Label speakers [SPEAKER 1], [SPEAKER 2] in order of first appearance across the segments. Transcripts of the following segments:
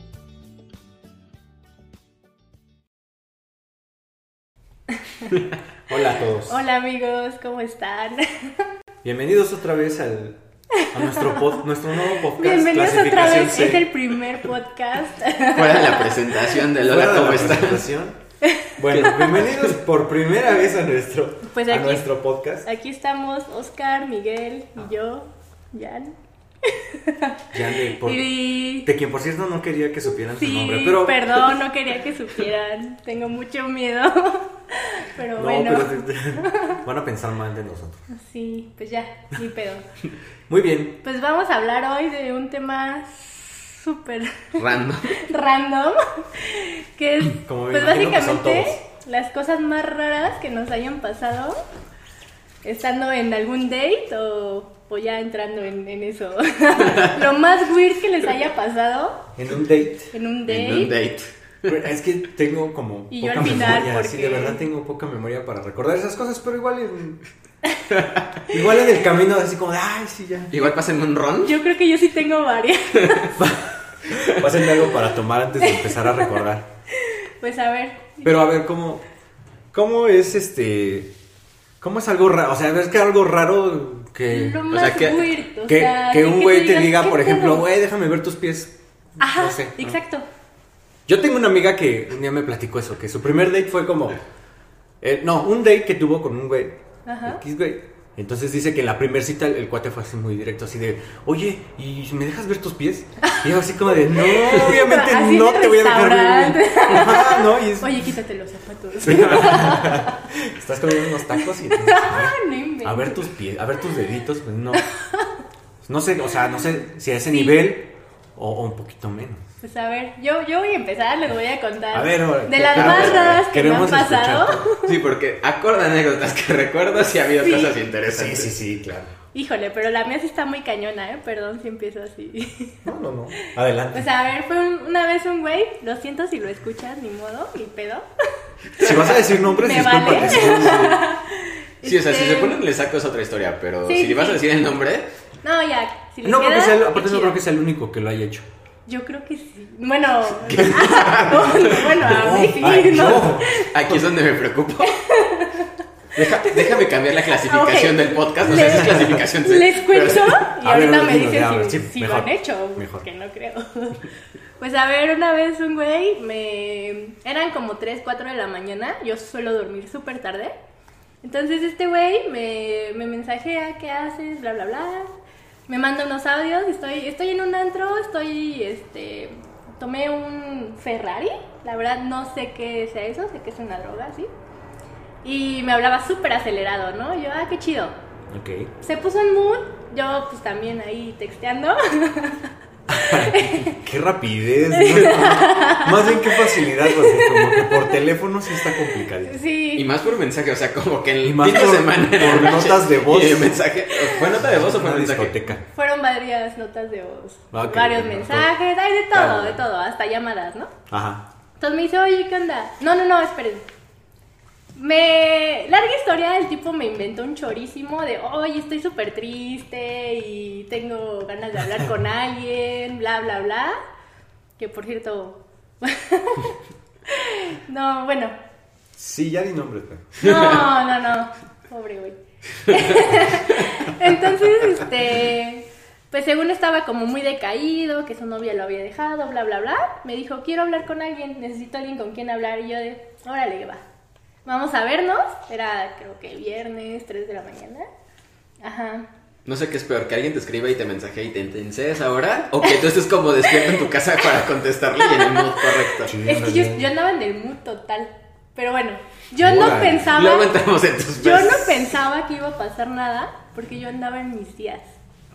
[SPEAKER 1] Hola a todos.
[SPEAKER 2] Hola amigos, ¿cómo están?
[SPEAKER 1] Bienvenidos otra vez al, a nuestro, pod- nuestro nuevo podcast.
[SPEAKER 2] Bienvenidos otra
[SPEAKER 1] clasificación
[SPEAKER 2] vez,
[SPEAKER 1] C.
[SPEAKER 2] es el primer podcast.
[SPEAKER 3] Fuera la presentación del
[SPEAKER 1] Fuera
[SPEAKER 3] hola,
[SPEAKER 1] de
[SPEAKER 3] ¿cómo
[SPEAKER 1] la
[SPEAKER 3] estás?
[SPEAKER 1] presentación. Bueno, bienvenidos por primera vez a nuestro,
[SPEAKER 2] Pues
[SPEAKER 1] a
[SPEAKER 2] aquí-
[SPEAKER 1] nuestro podcast.
[SPEAKER 2] Aquí estamos Oscar, Miguel y yo, Jan.
[SPEAKER 1] Ya de, por-
[SPEAKER 2] Y...
[SPEAKER 1] de quien, por cierto, no quería que supieran su nombre,
[SPEAKER 2] Sí,
[SPEAKER 1] pero...
[SPEAKER 2] perdón, no quería que supieran, tengo mucho miedo. Pero
[SPEAKER 1] No,
[SPEAKER 2] bueno,
[SPEAKER 1] pero te- te- van a pensar mal de nosotros.
[SPEAKER 2] sí, pues ya, ni pedo.
[SPEAKER 1] Muy bien.
[SPEAKER 2] Pues vamos a hablar hoy de un tema súper
[SPEAKER 3] Random.
[SPEAKER 2] random, que es
[SPEAKER 1] Como me
[SPEAKER 2] pues
[SPEAKER 1] imagino que son
[SPEAKER 2] básicamente las cosas más raras que nos hayan pasado estando en algún date o, o ya entrando en, en eso. Lo más weird que les haya pasado
[SPEAKER 1] En un date.
[SPEAKER 2] en un date.
[SPEAKER 3] En un date.
[SPEAKER 1] Pero Es que tengo como
[SPEAKER 2] Y yo
[SPEAKER 1] poca
[SPEAKER 2] al final,
[SPEAKER 1] memoria, sí, de
[SPEAKER 2] porque-
[SPEAKER 1] verdad tengo poca memoria para recordar esas cosas, pero igual en, igual en el camino así como de, ay, sí, ya.
[SPEAKER 3] Igual pasen un ron.
[SPEAKER 2] Yo creo que yo sí tengo varias.
[SPEAKER 1] Pásenme algo para tomar antes de empezar a recordar.
[SPEAKER 2] Pues a ver.
[SPEAKER 1] Pero a ver, ¿cómo, cómo es este, cómo es algo raro? O sea, es que algo raro Eh, que,
[SPEAKER 2] Lo
[SPEAKER 3] o
[SPEAKER 2] más
[SPEAKER 3] sea, que-
[SPEAKER 2] weird. o
[SPEAKER 1] que,
[SPEAKER 2] sea,
[SPEAKER 1] que
[SPEAKER 2] de
[SPEAKER 1] un
[SPEAKER 2] tú
[SPEAKER 1] güey te
[SPEAKER 2] digas,
[SPEAKER 1] diga,
[SPEAKER 2] "¿Qué
[SPEAKER 1] por ejemplo,
[SPEAKER 2] pedo?".
[SPEAKER 1] güey, déjame ver tus pies.
[SPEAKER 2] Ajá,
[SPEAKER 1] no sé, ¿no?
[SPEAKER 2] exacto.
[SPEAKER 1] Yo tengo una amiga que un día me platicó eso, que su primer date fue como... eh, no, un date que tuvo con un güey.
[SPEAKER 2] Ajá.
[SPEAKER 1] X güey. Entonces dice que en la primer cita el, el cuate fue así muy directo, así de, oye, ¿y me dejas ver tus pies? Y yo así como de, no, obviamente
[SPEAKER 2] Así en
[SPEAKER 1] no
[SPEAKER 2] el
[SPEAKER 1] te voy a dejar ver.
[SPEAKER 2] restaurante.
[SPEAKER 1] Ajá, no, y es-
[SPEAKER 2] Oye, quítate los zapatos.
[SPEAKER 1] Estás comiendo unos tacos y...
[SPEAKER 2] No inventes.
[SPEAKER 1] A ver tus pies, a ver tus deditos, pues no. No sé, o sea, no sé si a ese nivel o- o un poquito menos.
[SPEAKER 2] Pues a ver, yo, yo voy a empezar, les voy a contar.
[SPEAKER 1] A ver, ahora,
[SPEAKER 2] de las
[SPEAKER 1] a
[SPEAKER 2] más
[SPEAKER 1] ver,
[SPEAKER 2] raras que me han
[SPEAKER 1] queremos
[SPEAKER 2] pasado.
[SPEAKER 1] escucharte.
[SPEAKER 3] Sí, porque acorda anécdotas que recuerdo si ha habido
[SPEAKER 2] Sí.
[SPEAKER 3] cosas
[SPEAKER 1] Sí,
[SPEAKER 3] interesantes.
[SPEAKER 1] sí, sí, claro.
[SPEAKER 2] Híjole, pero la mía sí está muy cañona, ¿eh? Perdón si empiezo así.
[SPEAKER 1] No, no, no. Adelante.
[SPEAKER 2] Pues a ver, fue un- una vez un güey, lo siento si lo escuchas, ni modo, ni pedo.
[SPEAKER 1] Si vas a decir nombres,
[SPEAKER 2] Me
[SPEAKER 1] discúlpate.
[SPEAKER 2] vale.
[SPEAKER 1] sí, sí, sí.
[SPEAKER 3] Sí, o sea, si
[SPEAKER 2] Este,
[SPEAKER 3] se ponen le saco es otra historia, pero
[SPEAKER 2] Sí,
[SPEAKER 3] si le vas
[SPEAKER 2] sí.
[SPEAKER 3] a decir el nombre,
[SPEAKER 2] No, ya, si le
[SPEAKER 1] No creo que
[SPEAKER 2] queda,
[SPEAKER 1] sea el,
[SPEAKER 2] qué
[SPEAKER 1] aparte no
[SPEAKER 2] chido.
[SPEAKER 1] creo que sea el único que lo haya hecho.
[SPEAKER 2] Yo creo que sí. Bueno, bueno, a mí Ah, sí,
[SPEAKER 1] Ay,
[SPEAKER 2] no.
[SPEAKER 1] no.
[SPEAKER 3] aquí es donde me preocupo. Deja- déjame cambiar la clasificación
[SPEAKER 2] Ok.
[SPEAKER 3] del podcast, no sé si es
[SPEAKER 2] Le-
[SPEAKER 3] clasificación C,
[SPEAKER 2] Les
[SPEAKER 3] pero-
[SPEAKER 2] cuento y
[SPEAKER 1] ¿eh? A ver,
[SPEAKER 2] ahorita me
[SPEAKER 1] dilo, ya, a
[SPEAKER 2] dicen
[SPEAKER 1] ver,
[SPEAKER 2] si,
[SPEAKER 1] sí,
[SPEAKER 2] si lo
[SPEAKER 1] mejor,
[SPEAKER 2] han hecho,
[SPEAKER 1] mejor.
[SPEAKER 2] que no creo. Pues a ver, una vez un güey me... Eran como 3, 4 de la mañana, yo suelo dormir súper tarde. Entonces este güey me, me mensajea, ¿qué haces? Bla, bla, bla. Me manda unos audios, estoy, estoy en un antro, estoy, este... Tomé un Ferrari, la verdad no sé qué sea eso, sé que es una droga, sí. Y me hablaba súper acelerado, ¿no? Yo, ah, qué chido
[SPEAKER 1] Ok.
[SPEAKER 2] se puso en mood, yo pues también ahí texteando.
[SPEAKER 1] Qué rapidez. ¿no? Más bien qué facilidad, porque como que por teléfono sí está complicado.
[SPEAKER 3] Y
[SPEAKER 2] Sí,
[SPEAKER 3] más por mensaje, o sea, como que en
[SPEAKER 1] Y
[SPEAKER 3] el
[SPEAKER 1] más
[SPEAKER 3] fin de
[SPEAKER 1] por-
[SPEAKER 3] semana.
[SPEAKER 1] por
[SPEAKER 3] en la noche,
[SPEAKER 1] notas de voz.
[SPEAKER 3] y de mensaje. ¿Fue nota de voz o fue
[SPEAKER 1] Una
[SPEAKER 3] mensaje?
[SPEAKER 1] discoteca.
[SPEAKER 2] fueron varias notas de voz,
[SPEAKER 1] Ah, ok,
[SPEAKER 2] varios
[SPEAKER 1] ok, ok.
[SPEAKER 2] mensajes, hay de
[SPEAKER 1] Claro.
[SPEAKER 2] todo, de todo, hasta llamadas, ¿no?
[SPEAKER 1] Ajá.
[SPEAKER 2] Entonces me dice, oye, ¿qué onda? No, no, no, esperen. Me... Larga historia, el tipo me inventó un chorísimo de, oye, estoy súper triste y tengo ganas de hablar con alguien, bla, bla, bla. Que por cierto... no, bueno,
[SPEAKER 1] Sí, ya di nombres. güey.
[SPEAKER 2] No, no, no. Pobre güey. Entonces, este. Pues según estaba como muy decaído, que su novia lo había dejado, bla, bla, bla. Me dijo, quiero hablar con alguien, necesito alguien con quien hablar. Y yo de, órale, va. Vamos a vernos. Era, creo que viernes, 3 de la mañana. Ajá.
[SPEAKER 3] No sé qué es peor, que alguien te escriba y te mensaje y te intenses ahora, o que tú estés como despierto en tu casa para contestarle y en el mood correcto.
[SPEAKER 1] Sí.
[SPEAKER 2] Es que yo, yo andaba en el mood total. Pero bueno, yo no
[SPEAKER 1] Órale.
[SPEAKER 2] pensaba...
[SPEAKER 3] Luego entramos en tus
[SPEAKER 1] Pues
[SPEAKER 3] pues,
[SPEAKER 2] Yo no
[SPEAKER 3] besos.
[SPEAKER 2] pensaba que iba a pasar nada porque yo andaba en mis días,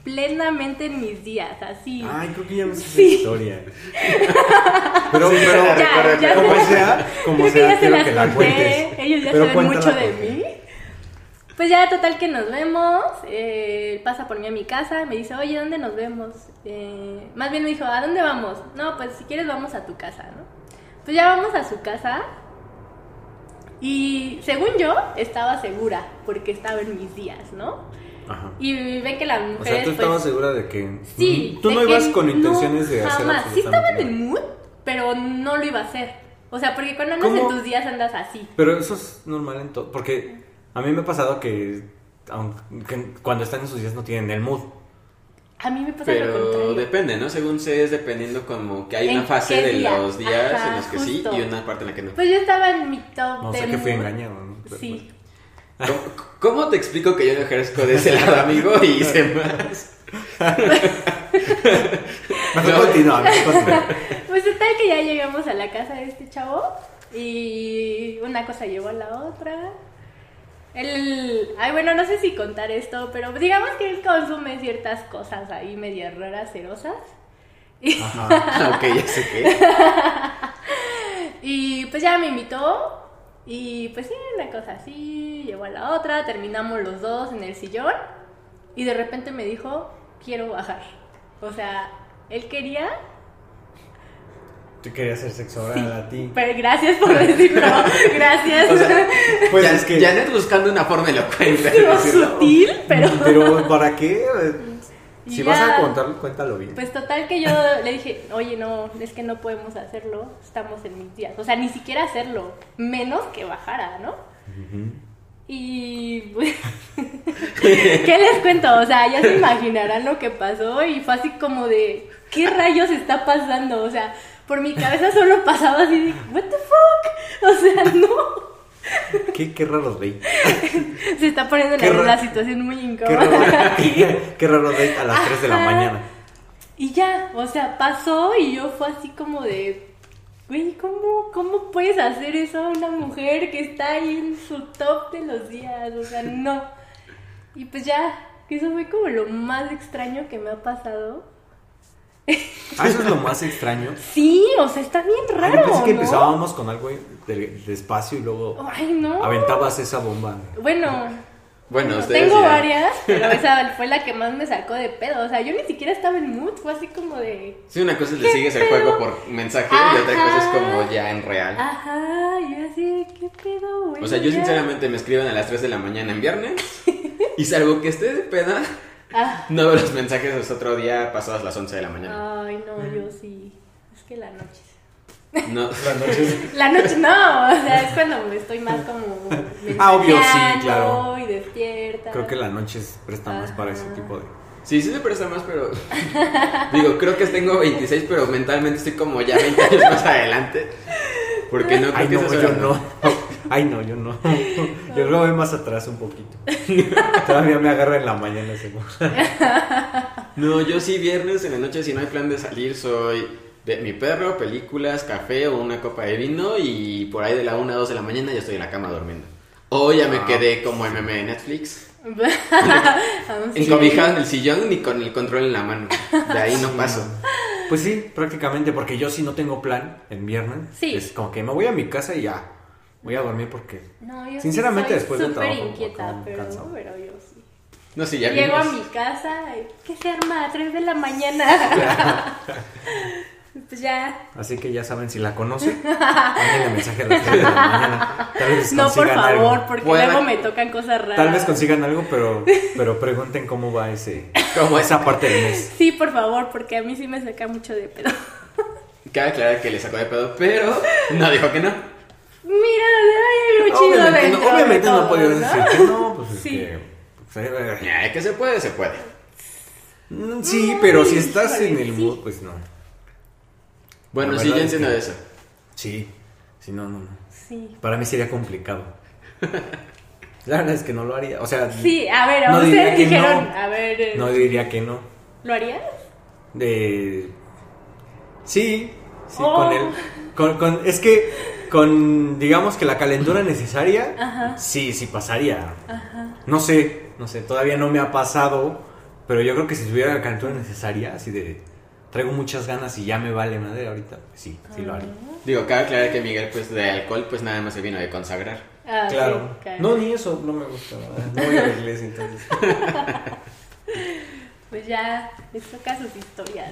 [SPEAKER 2] plenamente en mis días, así.
[SPEAKER 1] Ay, creo que ya me sé
[SPEAKER 2] Sí.
[SPEAKER 1] la historia. Pero, pero,
[SPEAKER 3] ya,
[SPEAKER 1] recuerda,
[SPEAKER 3] ya
[SPEAKER 1] como
[SPEAKER 2] se las-
[SPEAKER 1] sea, como
[SPEAKER 2] creo que
[SPEAKER 1] sea,
[SPEAKER 2] ya se
[SPEAKER 1] quiero
[SPEAKER 2] las
[SPEAKER 1] que la
[SPEAKER 2] conté,
[SPEAKER 1] cuentes.
[SPEAKER 2] Ellos ya
[SPEAKER 1] Pero
[SPEAKER 2] saben mucho
[SPEAKER 1] cuéntala,
[SPEAKER 2] de
[SPEAKER 1] porque-
[SPEAKER 2] mí. Pues ya, total que nos vemos. eh, pasa por mí a mi casa, me dice, oye, ¿dónde nos vemos? Eh, más bien me dijo, ¿a dónde vamos? No, pues si quieres vamos a tu casa, ¿no? Pues ya vamos a su casa. Y según yo, estaba segura, porque estaba en mis días, ¿no?
[SPEAKER 1] Ajá.
[SPEAKER 2] Y ve que las mujeres.
[SPEAKER 1] O sea, tú
[SPEAKER 2] pues,
[SPEAKER 1] estabas segura de que.
[SPEAKER 2] Sí.
[SPEAKER 1] Tú
[SPEAKER 2] de
[SPEAKER 1] no
[SPEAKER 2] que
[SPEAKER 1] ibas con intenciones de hacer
[SPEAKER 2] jamás. Sí
[SPEAKER 1] absolutamente
[SPEAKER 2] estaba en
[SPEAKER 1] nada.
[SPEAKER 2] el mood, pero no lo iba a hacer. O O sea, porque cuando andas en
[SPEAKER 1] ¿Cómo?
[SPEAKER 2] tus días andas así.
[SPEAKER 1] Pero eso es normal en todo. Porque a mí me ha pasado que, aunque- cuando están en sus días no tienen el mood.
[SPEAKER 2] A mí me pasa lo
[SPEAKER 3] Pero
[SPEAKER 2] contrario.
[SPEAKER 3] depende, ¿no? Según se es dependiendo como que hay
[SPEAKER 2] ¿En
[SPEAKER 3] una fase
[SPEAKER 2] qué
[SPEAKER 3] de
[SPEAKER 2] día?
[SPEAKER 3] los días
[SPEAKER 2] Ajá,
[SPEAKER 3] en los que
[SPEAKER 2] justo.
[SPEAKER 3] sí y una parte en la que no.
[SPEAKER 2] Pues yo estaba en mi top
[SPEAKER 1] No
[SPEAKER 2] de
[SPEAKER 1] sé que fui
[SPEAKER 2] mood.
[SPEAKER 1] engañado. ¿no? Pero
[SPEAKER 2] Sí.
[SPEAKER 3] ¿Cómo, cómo te explico que yo no ejerzo de ese lado, amigo? Y hice más.
[SPEAKER 1] bueno. Mejor continúa, mejor continúa.
[SPEAKER 2] Pues tal que ya llegamos a la casa de este chavo y una cosa llevó a la otra. Él, ay bueno, no sé si contar esto, pero digamos que él consume ciertas cosas ahí medias raras, cerosas. Y,
[SPEAKER 1] Ajá.
[SPEAKER 3] Ah, ok, ya sé qué.
[SPEAKER 2] y, pues ya me invitó y pues sí, una cosa así, llevó a la otra, terminamos los dos en el sillón y de repente me dijo, quiero bajar. O sea, él quería
[SPEAKER 1] Tú querías ser sexo oral a ti.
[SPEAKER 2] Pero gracias por decirlo. Gracias.
[SPEAKER 3] O sea,
[SPEAKER 1] Pues
[SPEAKER 3] Ya-
[SPEAKER 1] es que.
[SPEAKER 3] Janet buscando una forma elocuente. de
[SPEAKER 2] Digo,
[SPEAKER 3] decirlo.
[SPEAKER 2] sutil, pero.
[SPEAKER 1] Pero ¿para qué? Si
[SPEAKER 2] Ya.
[SPEAKER 1] vas a contarlo, cuéntalo bien.
[SPEAKER 2] Pues total que yo le dije, oye, no, es que no podemos hacerlo, estamos en mis días. O sea, ni siquiera hacerlo, menos que bajara, ¿no? Y pues, ¿qué les cuento? O sea, ya se imaginarán lo que pasó y fue así como de, ¿qué rayos está pasando? O sea, por mi cabeza solo pasaba así de, ¿what the fuck? O sea, no.
[SPEAKER 1] Qué, qué raro rey.
[SPEAKER 2] Se está poniendo
[SPEAKER 1] Qué
[SPEAKER 2] la, la
[SPEAKER 1] ra-
[SPEAKER 2] situación muy
[SPEAKER 1] Qué
[SPEAKER 2] incómoda.
[SPEAKER 1] raro, qué, qué raro rey a las 3 de la
[SPEAKER 2] Ajá.
[SPEAKER 1] mañana.
[SPEAKER 2] Y ya, o sea, pasó y yo fue así como de, güey, ¿cómo, ¿cómo puedes hacer eso a una mujer que está ahí en su top de los días? O sea, no. Y pues ya, que eso fue como lo más extraño que me ha pasado.
[SPEAKER 1] Ah, eso es lo más extraño.
[SPEAKER 2] Sí, o sea, está bien
[SPEAKER 1] Ay,
[SPEAKER 2] raro.
[SPEAKER 1] Ah, yo pensé que
[SPEAKER 2] ¿no?
[SPEAKER 1] empezábamos con algo del espacio y luego
[SPEAKER 2] Ay, no.
[SPEAKER 1] aventabas esa bomba.
[SPEAKER 2] Bueno,
[SPEAKER 3] Bueno, ustedes.
[SPEAKER 2] tengo
[SPEAKER 3] dirán.
[SPEAKER 2] varias, pero esa fue la que más me sacó de pedo. O sea, yo ni siquiera estaba en mood, fue así como de,
[SPEAKER 3] Sí, una cosa es le sigues el juego por mensaje y otra cosa es
[SPEAKER 2] Ajá.
[SPEAKER 3] como ya en real.
[SPEAKER 2] ajá, y yo así, ¿qué pedo, güey?
[SPEAKER 3] O sea, yo
[SPEAKER 2] Ya.
[SPEAKER 3] sinceramente me escriben a las 3 de la mañana en viernes. Y salvo que esté de peda,
[SPEAKER 2] Ah.
[SPEAKER 3] no veo los mensajes hasta otro día pasadas las 11 de la mañana.
[SPEAKER 2] Ay, no, yo sí. Es que la noche.
[SPEAKER 3] No.
[SPEAKER 2] La noche no, o sea, es cuando me estoy más como.
[SPEAKER 1] Ah, obvio, sí,
[SPEAKER 2] mensajeando
[SPEAKER 1] claro.
[SPEAKER 2] Y despierta.
[SPEAKER 1] Creo que la noche es- presta más para
[SPEAKER 2] Ah.
[SPEAKER 1] ese tipo de.
[SPEAKER 3] Sí, sí se presta más, pero. Digo, creo que tengo 26, pero mentalmente estoy como ya 20 años más adelante. Porque no creo
[SPEAKER 1] Ay,
[SPEAKER 3] que
[SPEAKER 1] no,
[SPEAKER 3] esas
[SPEAKER 1] yo
[SPEAKER 3] horas
[SPEAKER 1] no. Ay, no, yo no. Yo lo veo más atrás un poquito. Todavía me agarra en la mañana, seguro.
[SPEAKER 3] No, yo sí viernes en la noche si no hay plan de salir soy de mi perro, películas, café o una copa de vino y por ahí de la 1 a 2 de la mañana ya estoy en la cama durmiendo. O ya me
[SPEAKER 1] Ah,
[SPEAKER 3] quedé como el meme de Netflix,
[SPEAKER 2] Aún sí.
[SPEAKER 3] encobijado en el sillón ni con el control en la mano. De ahí no paso.
[SPEAKER 1] Pues sí, prácticamente, porque yo si no tengo plan en viernes,
[SPEAKER 2] Sí.
[SPEAKER 1] es como que me voy a mi casa y ya. Voy a dormir porque
[SPEAKER 2] No, yo
[SPEAKER 1] Sinceramente,
[SPEAKER 2] sí soy
[SPEAKER 1] después del
[SPEAKER 2] súper
[SPEAKER 1] trabajo,
[SPEAKER 2] inquieta,
[SPEAKER 1] como que me
[SPEAKER 2] pero,
[SPEAKER 1] canso.
[SPEAKER 2] pero yo sí.
[SPEAKER 3] No sé, ya
[SPEAKER 2] Llego a
[SPEAKER 3] vimos.
[SPEAKER 2] mi casa y. ¿Qué se arma? A 3 de la mañana. pues ya.
[SPEAKER 1] Así que ya saben, si la conocen, mándenle mensaje a las 3 de la mañana. Tal vez
[SPEAKER 2] No, por
[SPEAKER 1] Pues consigan
[SPEAKER 2] favor,
[SPEAKER 1] algo.
[SPEAKER 2] porque
[SPEAKER 3] Pueda-
[SPEAKER 2] luego me tocan cosas raras.
[SPEAKER 1] Tal vez consigan algo, pero, pero pregunten cómo va ese,
[SPEAKER 3] ¿Cómo es?
[SPEAKER 1] esa parte del mes.
[SPEAKER 2] Sí, por favor, porque a mí sí me saca mucho de pedo.
[SPEAKER 3] Cabe aclarar que le sacó de pedo, pero no dijo que no.
[SPEAKER 2] Mira, hay algo chido
[SPEAKER 1] Obviamente, no,
[SPEAKER 2] dentro de
[SPEAKER 1] obviamente no
[SPEAKER 2] todo,
[SPEAKER 1] podía
[SPEAKER 2] ¿no?
[SPEAKER 1] decir que no, pues es
[SPEAKER 2] Sí.
[SPEAKER 1] que... pues, eh,
[SPEAKER 3] Ya, que se puede, se puede.
[SPEAKER 1] mm, sí, pero si estás
[SPEAKER 2] híjole,
[SPEAKER 1] en el
[SPEAKER 2] sí.
[SPEAKER 1] mood, pues no.
[SPEAKER 3] Bueno,
[SPEAKER 1] La
[SPEAKER 3] sí, yo
[SPEAKER 1] verdad es
[SPEAKER 3] entiendo
[SPEAKER 1] que-
[SPEAKER 3] eso.
[SPEAKER 1] Sí, sí, no, no, no.
[SPEAKER 2] Sí.
[SPEAKER 1] Para mí sería complicado. La verdad es que no lo haría. O sea,
[SPEAKER 2] Sí, a ver,
[SPEAKER 1] No diría
[SPEAKER 2] ustedes
[SPEAKER 1] que
[SPEAKER 2] dijeron,
[SPEAKER 1] no.
[SPEAKER 2] a ver, eh,
[SPEAKER 1] no diría que no.
[SPEAKER 2] ¿lo harías?
[SPEAKER 1] De. Sí, sí,
[SPEAKER 2] Oh.
[SPEAKER 1] con él. Con, con- es que con, digamos que la calentura necesaria,
[SPEAKER 2] Ajá.
[SPEAKER 1] sí, sí pasaría. No sé, no sé, todavía no me ha pasado, pero yo creo que si tuviera la calentura necesaria, así de. Traigo muchas ganas y ya me vale madre ahorita, pues sí, sí lo haría.
[SPEAKER 3] Digo, cabe aclarar que Miguel, pues de alcohol, pues nada más se vino de consagrar.
[SPEAKER 2] Ah, sí,
[SPEAKER 1] Claro.
[SPEAKER 2] claro.
[SPEAKER 1] No, ni eso, no me gusta. No voy a la iglesia entonces.
[SPEAKER 2] Pues ya, les toca sus historias.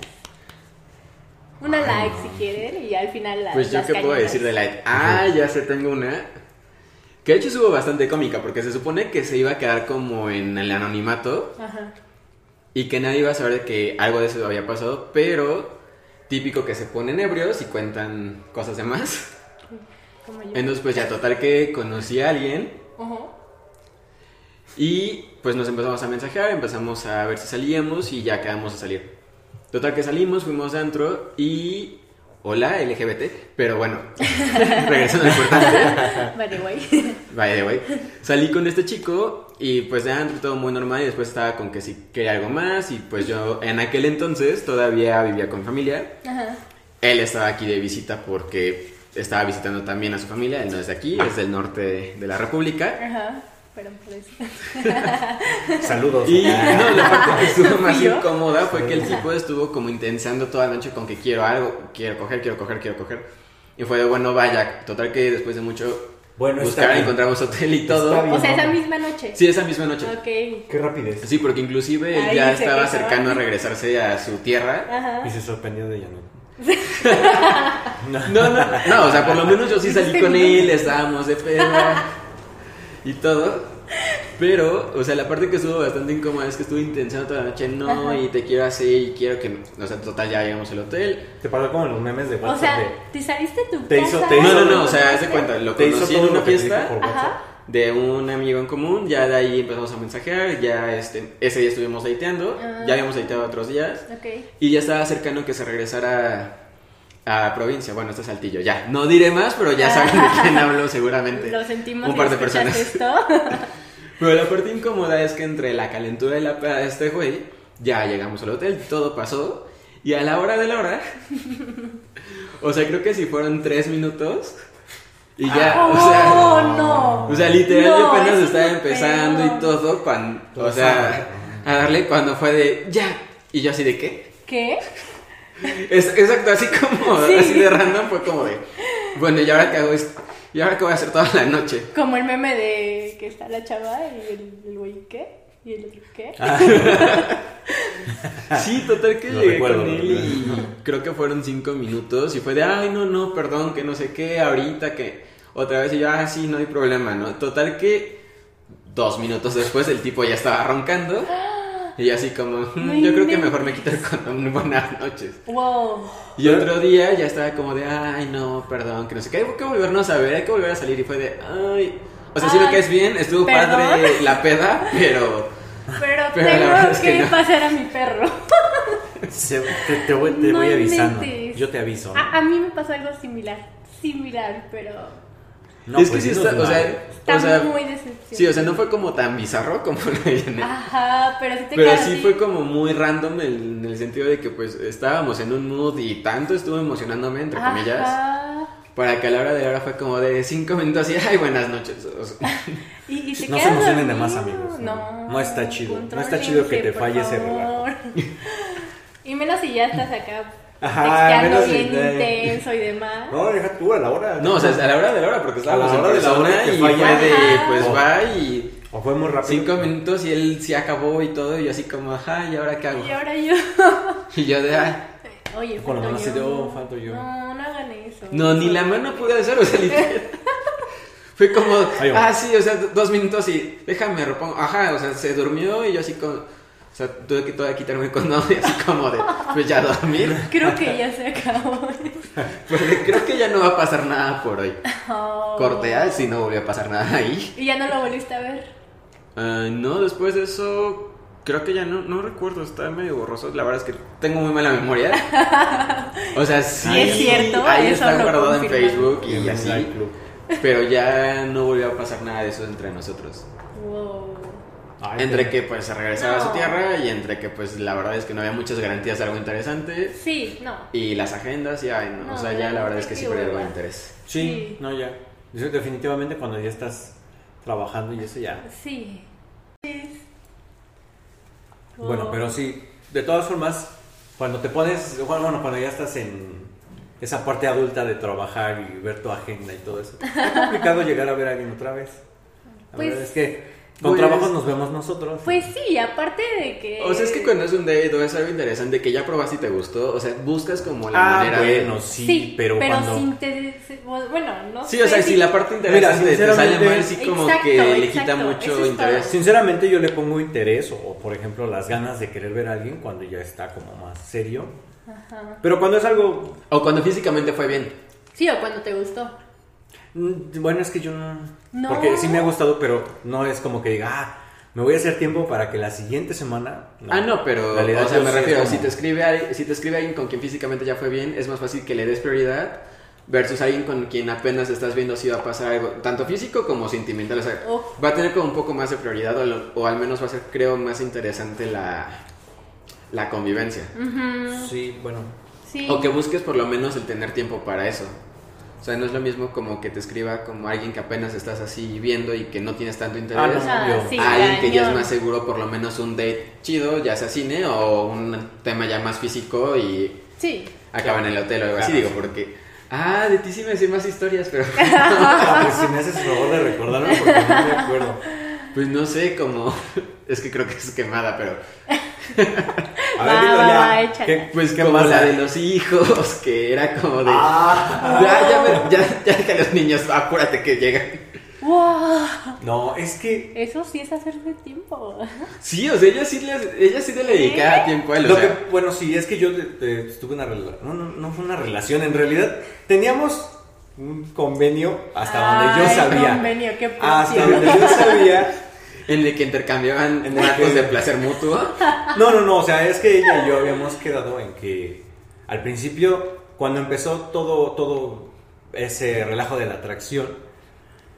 [SPEAKER 2] Una like si quieren y al final la,
[SPEAKER 3] Pues yo
[SPEAKER 2] las
[SPEAKER 3] qué puedo
[SPEAKER 2] cañonas.
[SPEAKER 3] decir de Light. Ah, ya sé, tengo una. Que de hecho estuvo bastante cómica porque se supone que se iba a quedar como en el anonimato
[SPEAKER 2] Ajá.
[SPEAKER 3] y que nadie iba a saber que algo de eso había pasado, pero típico que se ponen ebrios y cuentan cosas de más.
[SPEAKER 2] como yo.
[SPEAKER 3] Entonces, pues ya, total que conocí a alguien
[SPEAKER 2] Ujú.
[SPEAKER 3] y pues nos empezamos a mensajear, empezamos a ver si salíamos y ya quedamos a salir. Total que salimos, fuimos de antro y... Hola, LGBT, pero bueno, regresando al importante.
[SPEAKER 2] Vale, güey.
[SPEAKER 3] By the way, salí con este chico y pues de antro todo muy normal y después estaba con que si quería algo más y pues yo en aquel entonces todavía vivía con familia.
[SPEAKER 2] Ajá.
[SPEAKER 3] Él estaba aquí de visita porque estaba visitando también a su familia. Él no es de aquí, es del norte de la República.
[SPEAKER 2] Ajá. Perdón por eso.
[SPEAKER 1] Saludos. Ah.
[SPEAKER 3] Y no, la parte que estuvo más
[SPEAKER 2] ¿Fui yo?
[SPEAKER 3] incómoda fue que el tipo estuvo como intensando toda la noche con que quiero algo, quiero coger, quiero coger, quiero coger. Y fue de bueno, vaya. Total que después de mucho
[SPEAKER 1] Bueno, está
[SPEAKER 3] buscar,
[SPEAKER 1] bien.
[SPEAKER 3] encontramos hotel y todo.
[SPEAKER 1] Está bien.
[SPEAKER 2] O sea, esa misma noche.
[SPEAKER 3] Sí, esa misma noche.
[SPEAKER 2] Ok.
[SPEAKER 1] Qué rapidez.
[SPEAKER 3] Sí, porque inclusive él
[SPEAKER 2] Ahí
[SPEAKER 3] ya
[SPEAKER 2] se
[SPEAKER 3] estaba
[SPEAKER 2] quejaba.
[SPEAKER 3] cercano a regresarse a su tierra.
[SPEAKER 2] Ajá.
[SPEAKER 1] Y se sorprendió de ella, ¿no?
[SPEAKER 3] No, no,
[SPEAKER 2] Ah.
[SPEAKER 3] no, o sea, por lo menos yo sí
[SPEAKER 2] Este
[SPEAKER 3] salí con él, estábamos de perra y todo. Pero, o sea, la parte que estuvo bastante incómoda es que estuve intentando toda la noche, no,
[SPEAKER 2] Ajá.
[SPEAKER 3] y te quiero así, y quiero que, no. o sea, total, ya llegamos al hotel.
[SPEAKER 1] Te pasó como en los memes de
[SPEAKER 2] O
[SPEAKER 1] WhatsApp.
[SPEAKER 2] sea, te saliste de tu
[SPEAKER 1] Te
[SPEAKER 2] casa.
[SPEAKER 1] hizo- te
[SPEAKER 3] No,
[SPEAKER 1] hizo-
[SPEAKER 3] no, no, o sea, haz de cuenta, lo
[SPEAKER 1] de, te hizo
[SPEAKER 3] conocí en
[SPEAKER 1] todo
[SPEAKER 3] una
[SPEAKER 1] lo que te dijo
[SPEAKER 3] fiesta
[SPEAKER 1] por WhatsApp.
[SPEAKER 2] Ajá.
[SPEAKER 3] de un amigo en común, ya de ahí empezamos a mensajear, ya este, ese día estuvimos dateando,
[SPEAKER 2] Ah.
[SPEAKER 3] ya habíamos dateado otros días.
[SPEAKER 2] Ok.
[SPEAKER 3] Y ya estaba cercano que se regresara a, a provincia. Bueno, este es Saltillo, ya. No diré más, pero ya saben de quién hablo seguramente.
[SPEAKER 2] Ah. Lo sentimos.
[SPEAKER 3] Un par
[SPEAKER 2] que
[SPEAKER 3] de personas.
[SPEAKER 2] escuchas Esto.
[SPEAKER 3] Pero la parte incómoda es que entre la calentura y la peda de este güey, ya llegamos al hotel, todo pasó. Y a la hora de la hora, o sea, creo que si fueron tres minutos, y ya, o sea,
[SPEAKER 2] oh, no.
[SPEAKER 3] o sea, literal, yo
[SPEAKER 2] No,
[SPEAKER 3] apenas
[SPEAKER 2] eso
[SPEAKER 3] estaba
[SPEAKER 2] es lo
[SPEAKER 3] empezando
[SPEAKER 2] peor.
[SPEAKER 3] y todo, pan, o
[SPEAKER 1] Todo
[SPEAKER 3] sea, a darle cuando fue de ya. Y yo así de qué.
[SPEAKER 2] ¿Qué?
[SPEAKER 3] Es, exacto, así como,
[SPEAKER 2] Sí.
[SPEAKER 3] así de random fue como de, bueno, ¿y ahora qué hago? Es- ¿Y ahora qué voy a hacer toda la noche?
[SPEAKER 2] Como el meme de que está la chava y el el güey, ¿qué? Y el otro, ¿qué?
[SPEAKER 3] Ah. Sí, total que
[SPEAKER 1] Ah, Lo
[SPEAKER 3] llegué
[SPEAKER 1] recuerdo,
[SPEAKER 3] con
[SPEAKER 1] lo
[SPEAKER 3] él y creo que fueron cinco minutos y fue de, ay, no, no, perdón, que no sé qué, ahorita que otra vez y yo, ah, sí, no hay problema, ¿no? Total que dos minutos después el tipo ya estaba roncando y yo así como, "Mm,
[SPEAKER 2] No
[SPEAKER 3] yo creo que
[SPEAKER 2] inventes.
[SPEAKER 3] mejor me quito el condón, buenas noches.
[SPEAKER 2] Wow.
[SPEAKER 3] Y otro día ya estaba como de, ay, no, perdón, que no sé qué, hay que volvernos a ver, hay que volver a salir. Y fue de, ay. O sea, sí
[SPEAKER 2] Ay,
[SPEAKER 3] lo que es bien, estuvo
[SPEAKER 2] perdón.
[SPEAKER 3] padre la peda, pero.
[SPEAKER 2] Pero,
[SPEAKER 3] Pero la verdad
[SPEAKER 2] tengo
[SPEAKER 3] es
[SPEAKER 2] que,
[SPEAKER 3] que no.
[SPEAKER 2] pasar a mi perro.
[SPEAKER 1] Se- te, te voy, te
[SPEAKER 2] No
[SPEAKER 1] voy avisando.
[SPEAKER 2] inventes. Ah,
[SPEAKER 1] Yo te aviso.
[SPEAKER 2] A, a mí me pasó algo similar. Similar, pero.
[SPEAKER 1] No,
[SPEAKER 3] es que
[SPEAKER 1] pues,
[SPEAKER 3] sí
[SPEAKER 1] dinos
[SPEAKER 3] está, o
[SPEAKER 1] más.
[SPEAKER 3] sea.
[SPEAKER 2] Está
[SPEAKER 3] o sea,
[SPEAKER 2] muy decepcionante.
[SPEAKER 3] Sí, o sea, no fue como tan bizarro como lo llené.
[SPEAKER 2] Ajá, pero Ah, sí te
[SPEAKER 3] Pero
[SPEAKER 2] quedas
[SPEAKER 3] sí
[SPEAKER 2] así.
[SPEAKER 3] fue como muy random en, en el sentido de que, pues, estábamos en un mood y tanto estuvo emocionándome, entre comillas,
[SPEAKER 2] Ajá.
[SPEAKER 3] para que a la hora de la hora fue como de cinco minutos y, ay, buenas noches. o sea.
[SPEAKER 2] Y, y te
[SPEAKER 1] Pues No se
[SPEAKER 2] quedas
[SPEAKER 1] emocionen de
[SPEAKER 2] dormido.
[SPEAKER 1] más, amigos.
[SPEAKER 2] No.
[SPEAKER 1] No está chido. No está
[SPEAKER 2] contrólense,
[SPEAKER 1] chido que te
[SPEAKER 2] por
[SPEAKER 1] falle ese
[SPEAKER 2] favor. Y menos si ya estás acá.
[SPEAKER 1] Ajá,
[SPEAKER 2] texteando
[SPEAKER 1] menos
[SPEAKER 2] bien
[SPEAKER 1] si te-
[SPEAKER 2] intenso y demás.
[SPEAKER 1] No, deja tú a la hora.
[SPEAKER 3] No, o sea, a la hora de la hora, porque estábamos
[SPEAKER 1] A la
[SPEAKER 3] en
[SPEAKER 1] hora de la
[SPEAKER 3] persona
[SPEAKER 1] hora que
[SPEAKER 3] y
[SPEAKER 1] falla.
[SPEAKER 3] fue de,
[SPEAKER 2] Ajá.
[SPEAKER 3] pues
[SPEAKER 1] Oh.
[SPEAKER 3] va y
[SPEAKER 1] O fue muy rápido.
[SPEAKER 3] cinco minutos y él sí acabó y todo, y yo así como, ajá, ¿y ahora qué hago?
[SPEAKER 2] Y ahora yo.
[SPEAKER 3] Y yo de, ah,
[SPEAKER 2] Oye,
[SPEAKER 1] Con la
[SPEAKER 2] falto
[SPEAKER 1] mano así de,
[SPEAKER 2] yo.
[SPEAKER 1] "Oh, falto yo".
[SPEAKER 2] No, no hagan eso.
[SPEAKER 3] no, ni la mano pude hacer, o sea, literal. Fue como,
[SPEAKER 1] Ahí va.
[SPEAKER 3] ah, sí, o sea, dos minutos y déjame repongo, ajá, o sea, se durmió y yo así como, o sea, tuve que todavía quitarme el condón y así como de, pues ya dormir,
[SPEAKER 2] Creo que ya se acabó.
[SPEAKER 3] porque creo que ya no va a pasar nada por hoy.
[SPEAKER 2] Oh.
[SPEAKER 3] Cortea, si no volvió a pasar nada ahí.
[SPEAKER 2] Y ya no lo volviste a ver.
[SPEAKER 3] Ah, no, después de eso, creo que ya no, no recuerdo, está medio borroso. La verdad es que tengo muy mala memoria. O sea, sí,
[SPEAKER 2] Sí, es cierto,
[SPEAKER 3] ahí
[SPEAKER 2] eso
[SPEAKER 3] está
[SPEAKER 2] lo
[SPEAKER 3] guardado en
[SPEAKER 2] confirmamos.
[SPEAKER 3] Facebook y
[SPEAKER 1] Bienvenida al
[SPEAKER 3] así.
[SPEAKER 1] club.
[SPEAKER 3] Pero ya no volvió a pasar nada de eso entre nosotros.
[SPEAKER 2] Wow.
[SPEAKER 1] Ay,
[SPEAKER 3] Entre
[SPEAKER 1] qué-
[SPEAKER 3] que pues se regresaba a
[SPEAKER 2] No.
[SPEAKER 3] su tierra y entre que pues la verdad es que no había muchas garantías de algo interesante.
[SPEAKER 2] Sí, no.
[SPEAKER 3] Y las agendas, y ay, no,
[SPEAKER 2] No,
[SPEAKER 3] o sea, ya la verdad es que sí perdí algo de
[SPEAKER 2] hueva.
[SPEAKER 3] interés.
[SPEAKER 1] Sí,
[SPEAKER 2] Sí.
[SPEAKER 1] no, ya. Yo definitivamente cuando ya estás trabajando y eso ya.
[SPEAKER 2] Sí.
[SPEAKER 3] Pues,
[SPEAKER 2] Wow.
[SPEAKER 1] Bueno, pero sí, de todas formas, cuando te pones, bueno, bueno, cuando ya estás en esa parte adulta de trabajar y ver tu agenda y todo eso, es complicado llegar a ver a alguien otra vez. La
[SPEAKER 2] Pues-
[SPEAKER 1] verdad es que con
[SPEAKER 3] Pues-
[SPEAKER 1] trabajo nos vemos nosotros.
[SPEAKER 2] Pues sí, aparte de que.
[SPEAKER 3] O sea, es que cuando es un date o es algo interesante que ya probaste y te gustó, o sea, buscas como la
[SPEAKER 1] ah,
[SPEAKER 3] manera de...
[SPEAKER 1] bueno, sí, pero, cuando
[SPEAKER 2] sin te- se- Bueno, no
[SPEAKER 3] Sí,
[SPEAKER 2] sé
[SPEAKER 3] o sea, si la parte interesante
[SPEAKER 1] Mira,
[SPEAKER 3] te sale
[SPEAKER 1] sinceramente-
[SPEAKER 3] mal, sí como
[SPEAKER 2] Exacto,
[SPEAKER 3] que le
[SPEAKER 2] exacto,
[SPEAKER 3] quita
[SPEAKER 2] eso
[SPEAKER 3] mucho
[SPEAKER 2] es
[SPEAKER 3] interés.
[SPEAKER 2] todo.
[SPEAKER 1] Sinceramente yo le pongo interés o, o, por ejemplo las ganas de querer ver a alguien cuando ya está como más serio. Pero cuando es algo...
[SPEAKER 3] O cuando físicamente fue bien.
[SPEAKER 2] Sí, o cuando te gustó.
[SPEAKER 1] Mm, Bueno, es que yo no...
[SPEAKER 2] No.
[SPEAKER 1] Porque sí me ha gustado, pero no es como que diga, ah, me voy a hacer tiempo para que la siguiente semana...
[SPEAKER 3] Ah, no, pero.
[SPEAKER 1] En realidad
[SPEAKER 3] o sea,
[SPEAKER 1] yo
[SPEAKER 3] me
[SPEAKER 1] sí es
[SPEAKER 3] refiero,
[SPEAKER 1] como-
[SPEAKER 3] si te, escribe alguien, si te escribe alguien con quien físicamente ya fue bien, es más fácil que le des prioridad versus alguien con quien apenas estás viendo si va a pasar algo, tanto físico como sentimental. O sea,
[SPEAKER 2] Oh.
[SPEAKER 3] va a tener como un poco más de prioridad o, lo- o al menos va a ser, creo, más interesante la, la convivencia.
[SPEAKER 2] Ujú,
[SPEAKER 1] Sí, bueno.
[SPEAKER 2] Sí.
[SPEAKER 3] O que busques por lo menos el tener tiempo para eso. O sea, no es lo mismo como que te escriba como alguien que apenas estás así viendo y que no tienes tanto interés.
[SPEAKER 1] Ah, no,
[SPEAKER 2] Ah,
[SPEAKER 1] yo-
[SPEAKER 2] sí,
[SPEAKER 3] a alguien que ya es
[SPEAKER 2] cañón.
[SPEAKER 3] más seguro, por lo menos un date chido, ya sea cine o un tema ya más físico y
[SPEAKER 2] Sí.
[SPEAKER 3] acaban en el hotel o algo así,
[SPEAKER 1] Claro.
[SPEAKER 3] digo, porque. Ah, de ti sí me decían más historias, pero.
[SPEAKER 1] Ah, pues si me haces el favor de recordarme porque no me acuerdo.
[SPEAKER 3] Pues no sé, como. Es que creo que es quemada, pero.
[SPEAKER 1] A ver,
[SPEAKER 2] Va,
[SPEAKER 1] dilo
[SPEAKER 2] va,
[SPEAKER 1] ya.
[SPEAKER 2] va, échala.
[SPEAKER 1] ¿Qué-
[SPEAKER 3] Pues
[SPEAKER 1] qué
[SPEAKER 3] como
[SPEAKER 1] pasa?
[SPEAKER 3] la de los hijos, que era como de.
[SPEAKER 1] Ah,
[SPEAKER 3] Ya, ya, me- ya, ya que los niños, apúrate que llegan.
[SPEAKER 2] ¡Wow!
[SPEAKER 1] no, es que
[SPEAKER 2] Eso sí es hacerse tiempo.
[SPEAKER 3] Sí, o sea, ella sí, le- ella sí le dedicaba tiempo a él, o
[SPEAKER 1] Lo
[SPEAKER 3] sea,
[SPEAKER 1] que- bueno, sí, es que yo eh, tuve una relación. No, no, no fue una relación. En realidad, teníamos un convenio hasta donde yo
[SPEAKER 2] Ay,
[SPEAKER 1] sabía.
[SPEAKER 2] convenio, qué
[SPEAKER 1] hasta
[SPEAKER 2] precio.
[SPEAKER 1] donde yo sabía.
[SPEAKER 3] en el que intercambiaban
[SPEAKER 1] En el
[SPEAKER 3] ratos
[SPEAKER 1] que-
[SPEAKER 3] de placer mutuo.
[SPEAKER 1] No, no, no. O sea, es que ella y yo habíamos quedado en que al principio, cuando empezó todo, todo ese relajo de la atracción,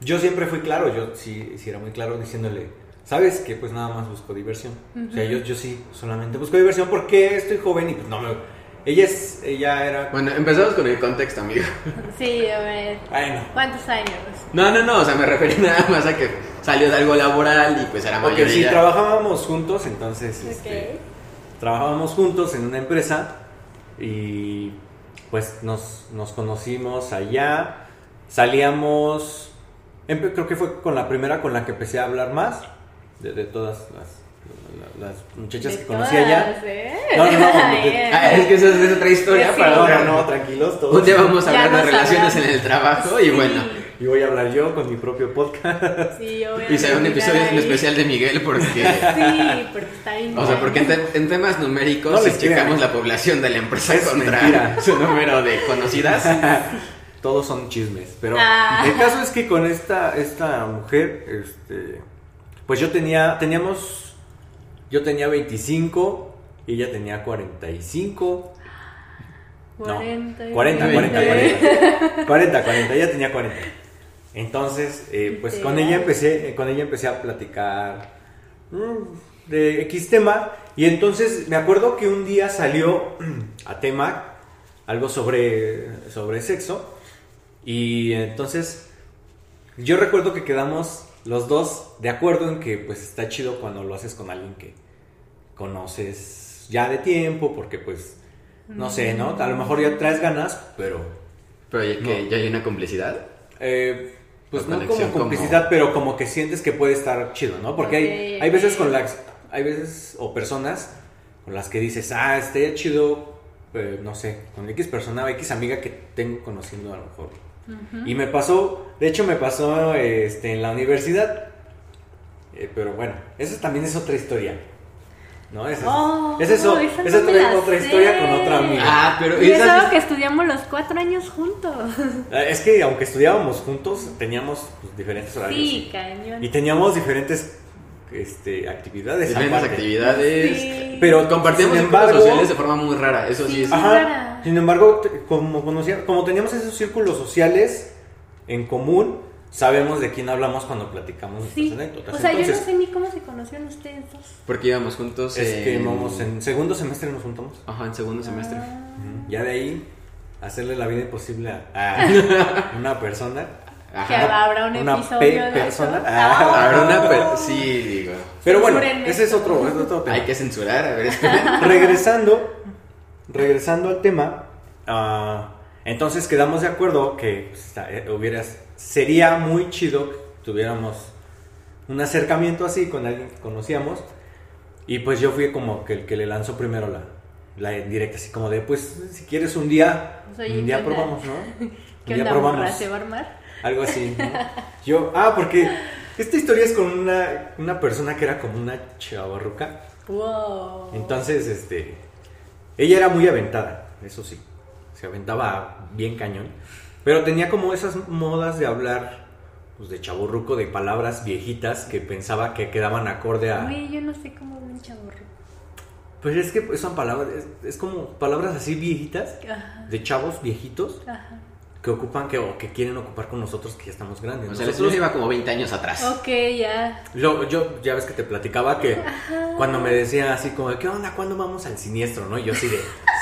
[SPEAKER 1] yo siempre fui claro. Yo sí, sí era muy claro diciéndole. ¿Sabes que Pues nada más busco diversión. O sea, yo, yo sí, solamente busco diversión porque estoy joven y pues no me... Ella, es, ella era...
[SPEAKER 3] Bueno, empezamos con el contexto, amigo.
[SPEAKER 2] Sí, a ver.
[SPEAKER 1] Bueno,
[SPEAKER 2] ¿Cuántos años?
[SPEAKER 3] No, no, no, o sea, me referí nada más a que salió de algo laboral y pues era mayor
[SPEAKER 1] Porque
[SPEAKER 3] y
[SPEAKER 1] si
[SPEAKER 3] ya.
[SPEAKER 1] trabajábamos juntos, entonces este,
[SPEAKER 2] Ok.
[SPEAKER 1] trabajábamos juntos en una empresa y pues nos, nos conocimos allá, salíamos, empe- creo que fue con la primera con la que empecé a hablar más, de, de todas las, la- las muchachas
[SPEAKER 2] De
[SPEAKER 1] que conocí allá.
[SPEAKER 2] todas, ¿eh?
[SPEAKER 1] No, no, no,
[SPEAKER 2] Ay,
[SPEAKER 1] de-
[SPEAKER 2] eh.
[SPEAKER 3] Ah, es que esa es otra historia
[SPEAKER 2] Sí.
[SPEAKER 3] para
[SPEAKER 1] No,
[SPEAKER 3] ahora,
[SPEAKER 1] no, no, tranquilos
[SPEAKER 3] Un
[SPEAKER 1] todos.
[SPEAKER 3] día vamos a
[SPEAKER 2] Ya
[SPEAKER 3] hablar
[SPEAKER 2] nos
[SPEAKER 3] de relaciones
[SPEAKER 2] hablamos.
[SPEAKER 3] en el trabajo y
[SPEAKER 2] Sí.
[SPEAKER 3] bueno.
[SPEAKER 1] Y voy a hablar yo con mi propio podcast.
[SPEAKER 2] Sí, yo voy a
[SPEAKER 3] Y será un
[SPEAKER 2] terminar
[SPEAKER 3] episodio
[SPEAKER 2] ahí.
[SPEAKER 3] en especial de Miguel porque...
[SPEAKER 2] Sí, porque está bien.
[SPEAKER 3] O sea, porque en,
[SPEAKER 2] grande.
[SPEAKER 3] te- en temas numéricos,
[SPEAKER 1] No
[SPEAKER 3] si
[SPEAKER 1] les crean.
[SPEAKER 3] checamos la población de la empresa
[SPEAKER 1] Es
[SPEAKER 3] contra
[SPEAKER 1] mentira.
[SPEAKER 3] su número de conocidas,
[SPEAKER 1] Todos son chismes, pero
[SPEAKER 2] Ah.
[SPEAKER 1] el caso es que con esta, esta mujer, este, pues yo tenía, teníamos, yo tenía 25 y ella tenía 45. no, 40, 40, 40. 40, 40, ella tenía 40. Entonces, eh, pues con ella empecé, eh, con ella empecé a platicar mm, de X tema y entonces me acuerdo que un día salió mm, a tema algo sobre, sobre sexo y entonces yo recuerdo que quedamos los dos de acuerdo en que pues está chido cuando lo haces con alguien que conoces ya de tiempo porque pues no sé, ¿no? A lo mejor ya traes ganas, pero
[SPEAKER 3] pero ya que
[SPEAKER 1] No.
[SPEAKER 3] ya hay una complicidad.
[SPEAKER 1] eh, pues
[SPEAKER 3] La
[SPEAKER 1] no
[SPEAKER 3] conexión
[SPEAKER 1] como
[SPEAKER 3] como-
[SPEAKER 1] complicidad, pero como que sientes que puede estar chido, ¿no? Porque hay,
[SPEAKER 2] Ok,
[SPEAKER 1] hay veces
[SPEAKER 2] ok.
[SPEAKER 1] con las, hay veces o personas con las que dices, ah, estaría chido, eh, no sé, con X persona o X amiga que tengo conociendo a lo mejor. Y me pasó, de hecho me pasó este, en la universidad, Eh, pero bueno, eso también es otra historia. ¿No? Esa es,
[SPEAKER 2] Oh,
[SPEAKER 1] esa es o-
[SPEAKER 2] esa
[SPEAKER 1] esa
[SPEAKER 2] no me
[SPEAKER 1] otra-
[SPEAKER 2] la
[SPEAKER 1] otra
[SPEAKER 2] sé.
[SPEAKER 1] historia con otra amiga.
[SPEAKER 3] Ah, pero
[SPEAKER 2] Y es
[SPEAKER 3] esas-
[SPEAKER 2] algo que estudiamos los cuatro años juntos.
[SPEAKER 1] Eh, Es que aunque estudiábamos juntos, teníamos pues, diferentes horarios.
[SPEAKER 2] Sí, cañón.
[SPEAKER 1] Y teníamos diferentes este, actividades.
[SPEAKER 3] diferentes
[SPEAKER 1] aparte.
[SPEAKER 3] actividades.
[SPEAKER 2] Sí.
[SPEAKER 1] Pero
[SPEAKER 3] Compartíamos
[SPEAKER 1] sin
[SPEAKER 3] embargo,
[SPEAKER 1] embargo,
[SPEAKER 3] sociales de forma muy rara, eso sí.
[SPEAKER 2] Sí.
[SPEAKER 3] es-
[SPEAKER 2] Ah.
[SPEAKER 1] Ajá,
[SPEAKER 2] rara.
[SPEAKER 1] sin embargo, te- como, conocía- como teníamos esos círculos sociales en común, sabemos de quién hablamos cuando platicamos nuestras
[SPEAKER 2] Sí.
[SPEAKER 1] anécdotas.
[SPEAKER 2] O sea, yo no
[SPEAKER 1] Entonces,
[SPEAKER 2] sé ni cómo se conocieron ustedes dos.
[SPEAKER 3] Porque íbamos juntos
[SPEAKER 1] es que íbamos en segundo semestre nos juntamos.
[SPEAKER 3] Ajá, en segundo
[SPEAKER 1] Este
[SPEAKER 3] semestre.
[SPEAKER 2] Ah.
[SPEAKER 1] Ujú. Ya de ahí, hacerle la vida imposible a, a una persona.
[SPEAKER 2] Que
[SPEAKER 3] Ajá.
[SPEAKER 2] habrá un
[SPEAKER 1] Una
[SPEAKER 2] episodio
[SPEAKER 1] pe-
[SPEAKER 2] de
[SPEAKER 1] persona.
[SPEAKER 2] eso.
[SPEAKER 1] Ah.
[SPEAKER 3] Habrá una per- Sí, digo.
[SPEAKER 1] Pero bueno,
[SPEAKER 2] Censúrenme.
[SPEAKER 1] ese es otro, es otro tema.
[SPEAKER 3] Hay que censurar, a ver, espera.
[SPEAKER 1] regresando, regresando al tema, ah, entonces quedamos de acuerdo que pues, está- eh, hubieras, sería muy chido que tuviéramos un acercamiento así con alguien que conocíamos. Y pues yo fui como que el que le lanzó primero la, la en directa, así como de, pues si quieres un día,
[SPEAKER 2] Soy
[SPEAKER 1] un día
[SPEAKER 2] Yolanda.
[SPEAKER 1] probamos, ¿no?
[SPEAKER 2] ¿Qué
[SPEAKER 1] un día
[SPEAKER 2] onda, morra?
[SPEAKER 1] probamos.
[SPEAKER 2] ¿Se va a armar?
[SPEAKER 1] Algo así. ¿no? Yo, ah, porque esta historia es con una, una persona que era como una chavarruca.
[SPEAKER 2] Wow.
[SPEAKER 1] Entonces, este. Ella era muy aventada, eso sí. Se aventaba bien cañón. Pero tenía como esas modas de hablar, pues de chaburruco, de palabras viejitas que pensaba que quedaban acorde a.
[SPEAKER 2] Güey, yo no sé cómo habla un chaborro.
[SPEAKER 1] Pues es que son palabras, es, es como palabras así viejitas,
[SPEAKER 2] Ajá,
[SPEAKER 1] de chavos viejitos,
[SPEAKER 2] ajá.
[SPEAKER 1] que ocupan que, o que quieren ocupar con nosotros que ya estamos grandes.
[SPEAKER 3] O sea, el
[SPEAKER 1] Nosotros-
[SPEAKER 3] estudio iba como 20 años atrás.
[SPEAKER 2] Ok, ya.
[SPEAKER 1] Lo- yo ya ves que te platicaba que cuando me decía así como, de, ¿qué onda? ¿Cuándo vamos al siniestro? ¿No? Y yo así de,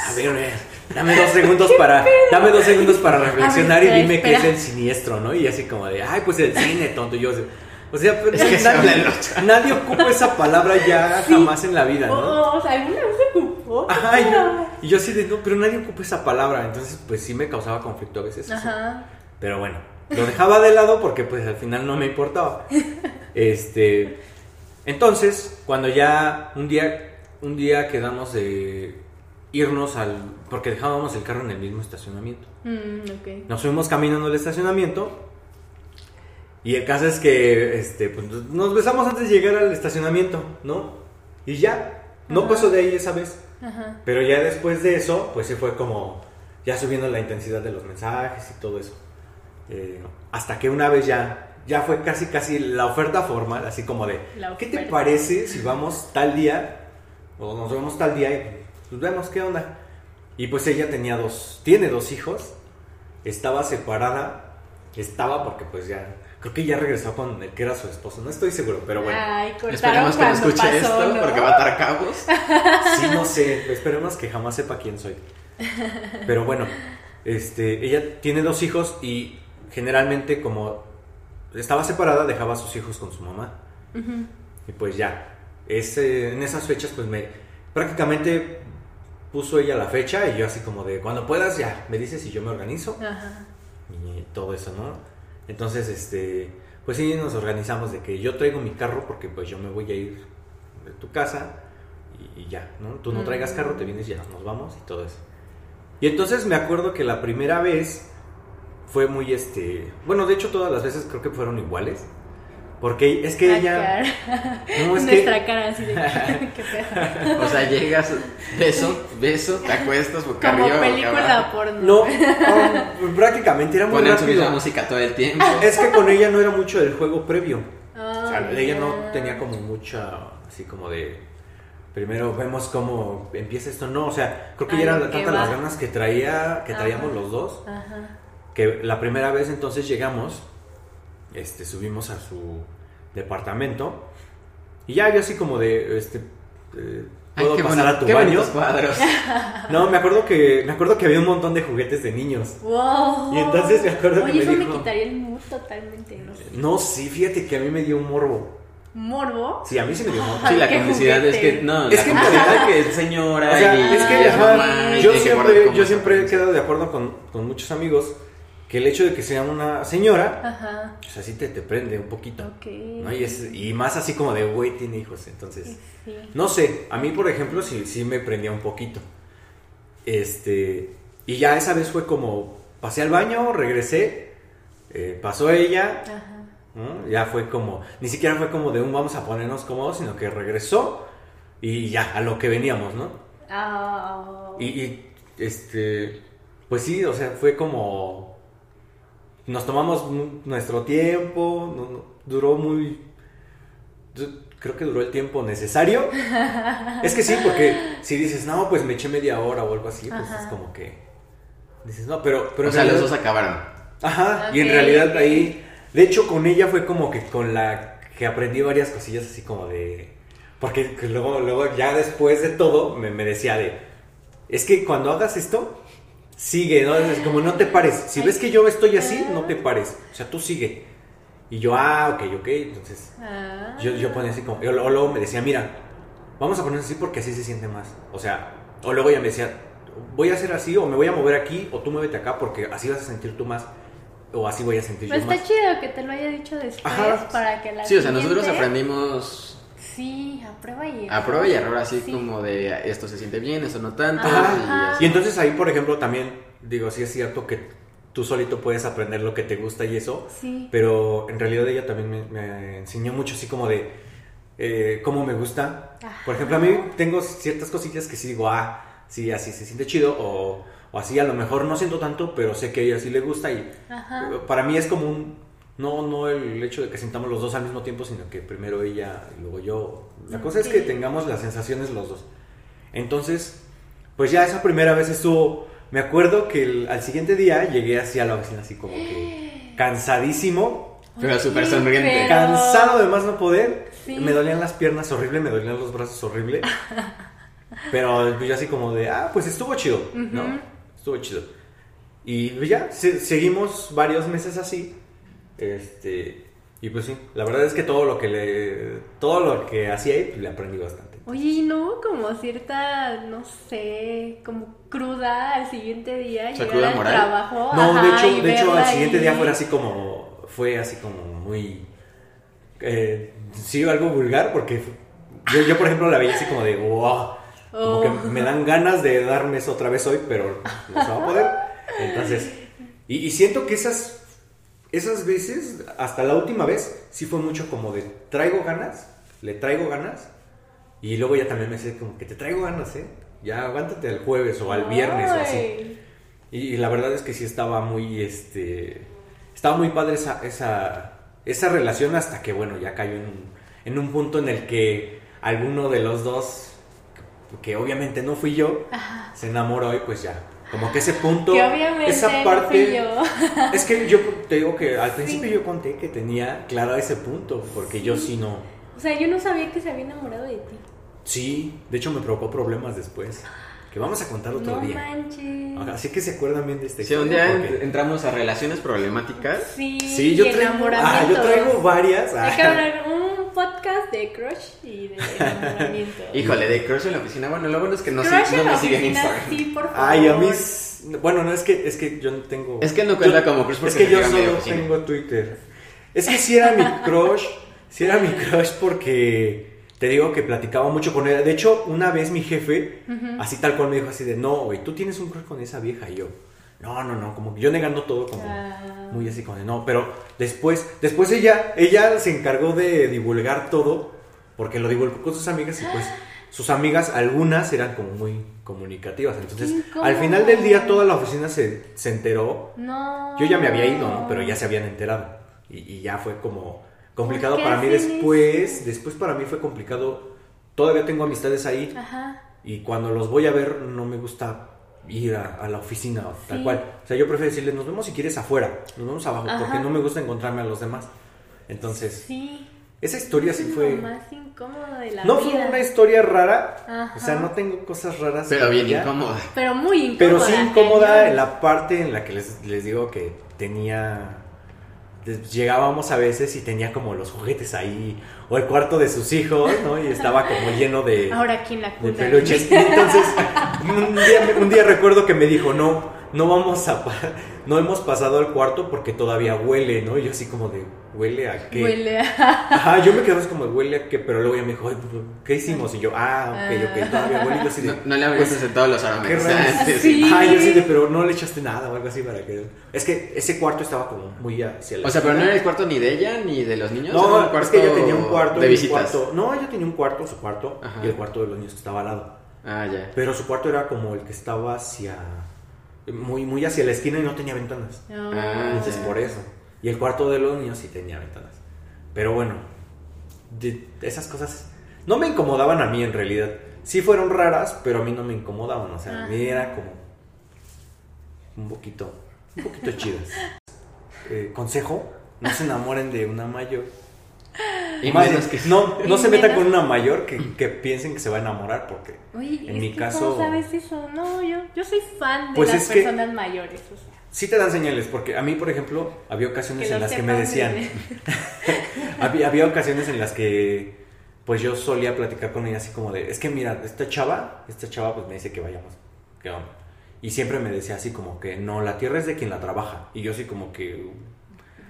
[SPEAKER 1] a ver, a ver, dame dos segundos para, dame dos segundos para reflexionar y
[SPEAKER 2] espera,
[SPEAKER 1] dime qué es
[SPEAKER 2] espera.
[SPEAKER 1] el siniestro, ¿no? Y así como de, ay, pues el cine, tonto. Y yo, así- o sea, pero
[SPEAKER 3] Es que se habla en los-
[SPEAKER 1] nadie ocupa esa palabra ya jamás en la vida, ¿no?
[SPEAKER 2] Oh, o sea, ¿alguna vez se ocupó?
[SPEAKER 1] Ajá, y yo, y yo así de, no, pero nadie ocupa esa palabra. Entonces, pues sí me causaba conflicto a veces. eso.
[SPEAKER 2] Ajá.
[SPEAKER 1] Pero bueno, lo dejaba de lado porque pues al final no me importaba. Este, entonces, cuando ya un día un día quedamos de irnos al porque dejábamos el carro en el mismo estacionamiento.
[SPEAKER 2] Mm, ok.
[SPEAKER 1] Nos fuimos caminando al estacionamiento y el caso es que este pues, nos besamos antes de llegar al estacionamiento, ¿no? Y ya no
[SPEAKER 2] Ajá.
[SPEAKER 1] pasó de ahí esa vez.
[SPEAKER 2] Ajá.
[SPEAKER 1] Pero ya después de eso, pues se fue como ya subiendo la intensidad de los mensajes y todo eso. Eh, hasta que una vez ya, ya fue casi casi la oferta formal, así como de,
[SPEAKER 2] La
[SPEAKER 1] ¿qué te
[SPEAKER 2] oferta.
[SPEAKER 1] parece si vamos tal día? O nos vemos tal día y pues vemos qué onda. Y pues ella tenía dos, tiene dos hijos, estaba separada, estaba porque pues ya, creo que ya regresó con el que era su esposo, no estoy seguro, pero bueno.
[SPEAKER 2] Ay, cortaron
[SPEAKER 3] Esperemos que no
[SPEAKER 2] cuando
[SPEAKER 3] escuche
[SPEAKER 2] pasó,
[SPEAKER 3] esto
[SPEAKER 2] ¿no?
[SPEAKER 3] porque va a atar cabos.
[SPEAKER 1] Sí, no sé. Esperemos que jamás sepa quién soy. Pero bueno, este, ella tiene dos hijos y generalmente como estaba separada dejaba a sus hijos con su mamá.
[SPEAKER 2] Ujú.
[SPEAKER 1] Y pues ya, ese, en esas fechas pues me prácticamente puso ella la fecha y yo así como de cuando puedas ya, me dices si yo me organizo
[SPEAKER 2] Ajá.
[SPEAKER 1] y todo eso, ¿no? Entonces, este, pues sí, nos organizamos de que yo traigo mi carro porque pues yo me voy a ir de tu casa y, y ya, ¿no? Tú no
[SPEAKER 2] Mm.
[SPEAKER 1] traigas carro, te vienes ya, nos vamos y todo eso. Y entonces me acuerdo que la primera vez fue muy, este, bueno, de hecho todas las veces creo que fueron iguales, porque es que
[SPEAKER 2] Ay,
[SPEAKER 1] ella,
[SPEAKER 2] cara.
[SPEAKER 1] no, es que,
[SPEAKER 2] Nuestra cara así de qué pedo.
[SPEAKER 3] O sea, llegas, beso, beso, te acuestas boca
[SPEAKER 2] Como
[SPEAKER 3] arriba, boca
[SPEAKER 2] película
[SPEAKER 3] abajo.
[SPEAKER 2] porno.
[SPEAKER 1] no, no, prácticamente era muy
[SPEAKER 3] Ponen su misma
[SPEAKER 1] rápido.
[SPEAKER 3] música todo el tiempo.
[SPEAKER 1] Es que con ella no era mucho del juego previo.
[SPEAKER 2] Ah,
[SPEAKER 1] O sea, ella no
[SPEAKER 2] ya.
[SPEAKER 1] tenía como mucha, así como de, primero vemos cómo empieza esto, no, o sea, creo que
[SPEAKER 2] A
[SPEAKER 1] ya
[SPEAKER 2] lo
[SPEAKER 1] eran
[SPEAKER 2] que
[SPEAKER 1] tantas
[SPEAKER 2] va.
[SPEAKER 1] las ganas que traía, que
[SPEAKER 2] Ajá.
[SPEAKER 1] traíamos los dos,
[SPEAKER 2] Ajá.
[SPEAKER 1] que la primera vez entonces llegamos, este, subimos a su departamento, y ya yo así como de, este, eh,
[SPEAKER 3] Ay,
[SPEAKER 1] puedo
[SPEAKER 3] qué
[SPEAKER 1] pasar
[SPEAKER 3] bueno-
[SPEAKER 1] a tu
[SPEAKER 3] qué
[SPEAKER 1] baño.
[SPEAKER 3] bonitos cuadros.
[SPEAKER 1] No, me acuerdo que, me acuerdo que había un montón de juguetes de niños.
[SPEAKER 2] Wow.
[SPEAKER 1] Y entonces me acuerdo que
[SPEAKER 2] Oye,
[SPEAKER 1] me
[SPEAKER 2] eso
[SPEAKER 1] dijo-
[SPEAKER 2] me quitaría el mood totalmente, ¿no? sé.
[SPEAKER 1] No, sí, fíjate que a mí me dio un morbo.
[SPEAKER 2] Morbo.
[SPEAKER 1] Sí, a mí sí me dio un morbo.
[SPEAKER 3] Sí, la
[SPEAKER 2] qué
[SPEAKER 3] comicidad es
[SPEAKER 2] juguete.
[SPEAKER 3] que no,
[SPEAKER 1] Es
[SPEAKER 3] la
[SPEAKER 1] que en
[SPEAKER 3] comicidad
[SPEAKER 1] realidad-
[SPEAKER 3] que es señora
[SPEAKER 1] O sea,
[SPEAKER 3] y
[SPEAKER 1] es que
[SPEAKER 2] Ah,
[SPEAKER 3] es
[SPEAKER 1] ajá,
[SPEAKER 3] mamá y
[SPEAKER 1] yo
[SPEAKER 3] tiene que guardar
[SPEAKER 1] siempre,
[SPEAKER 3] como
[SPEAKER 1] yo
[SPEAKER 3] su
[SPEAKER 1] siempre he
[SPEAKER 3] apariencia.
[SPEAKER 1] quedado de acuerdo con, con muchos amigos que el hecho de que sea una señora,
[SPEAKER 2] Ajá.
[SPEAKER 1] pues así te, te prende un poquito.
[SPEAKER 2] Ah. Ok.
[SPEAKER 1] ¿no? Y, es- y más así como de, güey, tiene hijos. Entonces,
[SPEAKER 2] Sí.
[SPEAKER 1] no sé, a mí, por ejemplo, sí, sí me prendía un poquito. Este, y ya esa vez fue como, pasé al baño, regresé, eh, pasó ella,
[SPEAKER 2] Ajá.
[SPEAKER 1] ¿no? Ya fue como, ni siquiera fue como de un vamos a ponernos cómodos, sino que regresó y ya, a lo que veníamos, ¿no?
[SPEAKER 2] Ah.
[SPEAKER 1] Y, y, este, pues sí, o sea, fue como, nos tomamos mu- nuestro tiempo, no- no- duró muy, du- creo que duró el tiempo necesario. es que sí, porque si dices, no, pues me eché media hora o algo así, pues
[SPEAKER 2] Ajá.
[SPEAKER 1] es como que, dices, no, pero, pero
[SPEAKER 3] O
[SPEAKER 1] en
[SPEAKER 3] sea, los
[SPEAKER 1] realidad-
[SPEAKER 3] dos acabaron.
[SPEAKER 1] Ajá, y en
[SPEAKER 2] Ok,
[SPEAKER 1] realidad
[SPEAKER 2] ok.
[SPEAKER 1] ahí, de hecho con ella fue como que con la que aprendí varias cosillas así como de, porque que luego, luego ya después de todo me, me decía de, es que cuando hagas esto, sigue, ¿no? Es como no te pares, si ves que yo estoy así, no te pares, o sea, tú sigue. Y yo, ah, ok, ok, entonces
[SPEAKER 2] Ah.
[SPEAKER 1] yo, yo ponía así como, yo, o luego me decía, mira, vamos a poner así porque así se siente más, o sea, o luego ella me decía, voy a hacer así o me voy a mover aquí o tú muévete acá porque así vas a sentir tú más o así voy a sentir
[SPEAKER 2] Pero
[SPEAKER 1] yo
[SPEAKER 2] está
[SPEAKER 1] más.
[SPEAKER 2] chido que te lo haya dicho después
[SPEAKER 1] Ajá.
[SPEAKER 2] para que la
[SPEAKER 3] Sí, o sea, nosotros
[SPEAKER 2] siguiente-
[SPEAKER 3] aprendimos
[SPEAKER 2] Sí, a prueba y error.
[SPEAKER 3] a prueba y error así
[SPEAKER 2] Sí.
[SPEAKER 3] como de esto se siente bien, esto no tanto.
[SPEAKER 1] Ajá.
[SPEAKER 3] Y así.
[SPEAKER 1] Y entonces ahí, por ejemplo, también digo, sí es cierto que tú solito puedes aprender lo que te gusta y eso,
[SPEAKER 2] Sí.
[SPEAKER 1] pero en realidad ella también me, me enseñó mucho así como de eh, cómo me gusta. Por ejemplo, a mí tengo ciertas cosillas que sí digo, ah, sí, así se siente chido, o, O así, a lo mejor no siento tanto, pero sé que a ella sí le gusta y
[SPEAKER 2] Ajá.
[SPEAKER 1] para mí es como un... No, no el hecho de que sintamos los dos al mismo tiempo, sino que primero ella y luego yo. La cosa es que
[SPEAKER 2] Ok.
[SPEAKER 1] tengamos las sensaciones los dos. Entonces, pues ya esa primera vez estuvo... Me acuerdo que el- al siguiente día llegué así a la oficina, así como que cansadísimo,
[SPEAKER 3] Pero
[SPEAKER 2] Oye,
[SPEAKER 3] súper sonriente.
[SPEAKER 2] pero-
[SPEAKER 1] cansado de más no poder.
[SPEAKER 2] Sí.
[SPEAKER 1] Me dolían las piernas horrible, me dolían los brazos horrible. Pero yo así como de, ah, pues estuvo chido, ¿no?
[SPEAKER 2] Ujú.
[SPEAKER 1] Estuvo chido. Y pues ya, se- seguimos varios meses así. Este, y pues sí, la verdad es que todo lo que le todo lo que hacía ahí pues, le aprendí bastante.
[SPEAKER 2] Oye, ¿y no hubo como cierta, no sé, como cruda al siguiente día
[SPEAKER 3] O sea,
[SPEAKER 2] llegar
[SPEAKER 3] cruda
[SPEAKER 2] al
[SPEAKER 3] moral.
[SPEAKER 2] trabajo?
[SPEAKER 1] No, de
[SPEAKER 2] ajá, y
[SPEAKER 1] hecho, de hecho
[SPEAKER 2] verla
[SPEAKER 1] al siguiente día
[SPEAKER 2] ahí?
[SPEAKER 1] fue así como. Fue así como muy. eh, sí, algo vulgar, porque yo, yo, por ejemplo, la veía así como de. "Wow", Como
[SPEAKER 2] Oh.
[SPEAKER 1] que me dan ganas de darme eso otra vez hoy, pero no se va a poder. Entonces. Y, y siento que esas. Esas veces, hasta la última vez, sí fue mucho como de traigo ganas, le traigo ganas, y luego ya también me decía como que te traigo ganas, ¿eh? Ya aguántate al jueves o al viernes o así.
[SPEAKER 2] Ay.
[SPEAKER 1] Y, y la verdad es que sí estaba muy, este, estaba muy padre esa, esa, esa relación hasta que, bueno, ya cayó en un, en un punto en el que alguno de los dos, que obviamente no fui yo, se enamoró y pues ya, como que ese punto,
[SPEAKER 2] Que obviamente
[SPEAKER 1] esa
[SPEAKER 2] no
[SPEAKER 1] parte,
[SPEAKER 2] fui yo.
[SPEAKER 1] es que yo te digo que al principio yo conté que tenía claro ese punto, porque yo sí no,
[SPEAKER 2] O sea, yo no sabía que se había enamorado de ti.
[SPEAKER 1] sí, de hecho me provocó problemas después, que vamos a contar otro
[SPEAKER 2] No
[SPEAKER 1] día.
[SPEAKER 2] manches.
[SPEAKER 1] Así que se acuerdan bien de este
[SPEAKER 3] Sí, un
[SPEAKER 1] episodio,
[SPEAKER 3] día
[SPEAKER 1] porque-
[SPEAKER 3] en- entramos a relaciones problemáticas.
[SPEAKER 2] Sí,
[SPEAKER 1] Sí, yo
[SPEAKER 2] y
[SPEAKER 1] traigo, ah,
[SPEAKER 2] enamoramientos.
[SPEAKER 1] yo traigo varias.
[SPEAKER 2] Hay que
[SPEAKER 1] ah.
[SPEAKER 2] hablar un podcast de crush y de enamoramiento.
[SPEAKER 3] Híjole, de crush en la oficina. Bueno, lo bueno es que no,
[SPEAKER 2] crush
[SPEAKER 3] sí- no
[SPEAKER 2] en la
[SPEAKER 3] me siguen en
[SPEAKER 2] oficina,
[SPEAKER 3] Instagram.
[SPEAKER 2] sí, por favor.
[SPEAKER 1] Ay, a mí. s- Bueno, no, es que, es que yo no tengo.
[SPEAKER 3] Es que no cuenta
[SPEAKER 1] yo-
[SPEAKER 3] como crush porque
[SPEAKER 1] Es que
[SPEAKER 3] me
[SPEAKER 1] yo
[SPEAKER 3] llega medio
[SPEAKER 1] solo
[SPEAKER 3] oficina.
[SPEAKER 1] tengo Twitter. Es que si era mi crush. si era mi crush porque. Te digo que platicaba mucho con ella. De hecho, una vez mi jefe, así tal cual me dijo así de, no, güey, tú tienes un crush con esa vieja. Y yo, no, no, no, como que yo negando todo, como
[SPEAKER 2] Ah.
[SPEAKER 1] muy así como de, no. Pero después, después ella, ella se encargó de divulgar todo, porque lo divulgó con sus amigas y pues sus amigas, algunas eran como muy comunicativas. Entonces,
[SPEAKER 2] Qué incómodo.
[SPEAKER 1] al final del día, toda la oficina se, se enteró.
[SPEAKER 2] No.
[SPEAKER 1] Yo ya me había ido, ¿no? Pero ya se habían enterado. Y, y ya fue como complicado
[SPEAKER 2] ¿Por qué
[SPEAKER 1] para mí
[SPEAKER 2] hacen
[SPEAKER 1] después. Después para mí fue complicado. Todavía tengo amistades ahí.
[SPEAKER 2] Ajá.
[SPEAKER 1] Y cuando los voy a ver, no me gusta ir a, a la oficina o tal
[SPEAKER 2] Sí.
[SPEAKER 1] cual. O sea, yo prefiero decirles, nos vemos si quieres afuera, nos vemos abajo,
[SPEAKER 2] Ajá.
[SPEAKER 1] porque no me gusta encontrarme a los demás. Entonces,
[SPEAKER 2] Sí.
[SPEAKER 1] esa historia sí
[SPEAKER 2] Es lo
[SPEAKER 1] fue...
[SPEAKER 2] más incómodo de la
[SPEAKER 1] No
[SPEAKER 2] vida.
[SPEAKER 1] fue una historia rara, o sea,
[SPEAKER 2] Ajá.
[SPEAKER 1] no tengo cosas raras.
[SPEAKER 3] Pero
[SPEAKER 1] con
[SPEAKER 3] bien
[SPEAKER 1] ella,
[SPEAKER 3] incómoda.
[SPEAKER 2] Pero muy incómoda.
[SPEAKER 1] Pero sí incómoda en
[SPEAKER 2] cañón.
[SPEAKER 1] la parte en la que les, les digo que tenía... les- Llegábamos a veces y tenía como los juguetes ahí, o el cuarto de sus hijos, ¿no? Y estaba como lleno de...
[SPEAKER 2] Ahora, ¿quién la
[SPEAKER 1] de
[SPEAKER 2] cunda?
[SPEAKER 1] peluches. Y entonces, un día, un día recuerdo que me dijo, no, no vamos a, pa- no hemos pasado al cuarto porque todavía huele, ¿no? Y yo así como de, ¿huele a qué?
[SPEAKER 2] Huele a...
[SPEAKER 1] Ajá, yo me quedé así como, ¿huele a qué? Pero luego ya me dijo, "Ay, pues, ¿qué hicimos? Y yo, ah, ok, ok, todavía huele. Y yo así de,
[SPEAKER 3] No, no le habrías sentado los
[SPEAKER 1] Pues, qué raro.
[SPEAKER 3] aromatizantes.
[SPEAKER 2] Sí.
[SPEAKER 1] Ajá, yo así de, pero no le echaste nada o algo así para que... Es que ese cuarto estaba como muy hacia la
[SPEAKER 3] O sea, pero no era el cuarto ni de ella ni de los niños.
[SPEAKER 1] no,
[SPEAKER 3] era el
[SPEAKER 1] es que yo tenía un cuarto
[SPEAKER 3] de
[SPEAKER 1] y un
[SPEAKER 3] visitas.
[SPEAKER 1] cuarto- No, yo tenía un cuarto, su cuarto,
[SPEAKER 3] Ajá.
[SPEAKER 1] y el cuarto de los niños que estaba al lado.
[SPEAKER 3] Ah, ya.
[SPEAKER 1] Pero su cuarto era como el que estaba hacia. Muy, muy hacia la esquina y no tenía ventanas.
[SPEAKER 2] No.
[SPEAKER 3] Ah,
[SPEAKER 1] Entonces,
[SPEAKER 3] ya.
[SPEAKER 1] por eso. Y el cuarto de los niños sí tenía ventanas. Pero bueno, de- esas cosas no me incomodaban a mí en realidad. Sí fueron raras, pero a mí no me incomodaban. O sea, a
[SPEAKER 2] Ah.
[SPEAKER 1] mí era como. Un poquito. Un poquito chidas. Eh, consejo: no se enamoren de una mayor.
[SPEAKER 3] Y
[SPEAKER 1] Más
[SPEAKER 3] menos que.
[SPEAKER 1] bien, no, no
[SPEAKER 2] Y
[SPEAKER 1] se metan
[SPEAKER 2] menos-
[SPEAKER 1] con una mayor que, que piensen que se va a enamorar porque.
[SPEAKER 2] Oye,
[SPEAKER 1] En
[SPEAKER 2] es
[SPEAKER 1] mi
[SPEAKER 2] que
[SPEAKER 1] caso-
[SPEAKER 2] ¿cómo sabes eso? No, yo, yo soy fan de
[SPEAKER 1] Pues
[SPEAKER 2] las
[SPEAKER 1] es que-
[SPEAKER 2] personas mayores. O sea,
[SPEAKER 1] Sí te dan señales, porque a mí, por ejemplo, había ocasiones
[SPEAKER 2] lo
[SPEAKER 1] en las que me
[SPEAKER 2] sepan
[SPEAKER 1] decían,
[SPEAKER 2] de-
[SPEAKER 1] había, había ocasiones en las que pues yo solía platicar con ella así como de, es que mira, esta chava, esta chava pues me dice que vayamos, que vamos. Y siempre me decía así como que, no, la tierra es de quien la trabaja. Y yo así como que,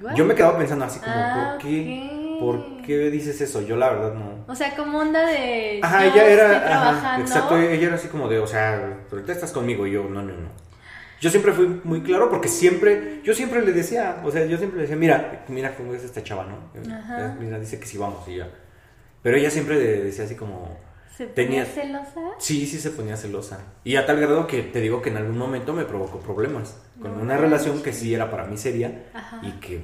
[SPEAKER 2] ¿What?
[SPEAKER 1] yo me quedaba pensando así como,
[SPEAKER 2] Ah,
[SPEAKER 1] ¿por qué?
[SPEAKER 2] ok.
[SPEAKER 1] ¿Por qué dices eso? Yo la verdad no.
[SPEAKER 2] O sea, como onda de.
[SPEAKER 1] Ajá,
[SPEAKER 2] yo
[SPEAKER 1] ella era,
[SPEAKER 2] Estoy
[SPEAKER 1] ajá,
[SPEAKER 2] trabajando.
[SPEAKER 1] exacto, ella era así como de, o sea, ahorita estás conmigo, y yo, no, no, no. Yo siempre fui muy claro porque siempre, yo siempre le decía, o sea, yo siempre le decía, mira, mira cómo es esta chava, ¿no? Eh,
[SPEAKER 2] Ajá.
[SPEAKER 1] Mira, dice que sí vamos y ya. Pero ella siempre de- decía así como,
[SPEAKER 2] ¿Se
[SPEAKER 1] Tenía-
[SPEAKER 2] ponía celosa?
[SPEAKER 1] Sí, sí se ponía celosa. Y a tal grado que te digo que en algún momento me provocó problemas con
[SPEAKER 2] No
[SPEAKER 1] una
[SPEAKER 2] manches.
[SPEAKER 1] relación que sí era para mí seria
[SPEAKER 2] Ajá.
[SPEAKER 1] y que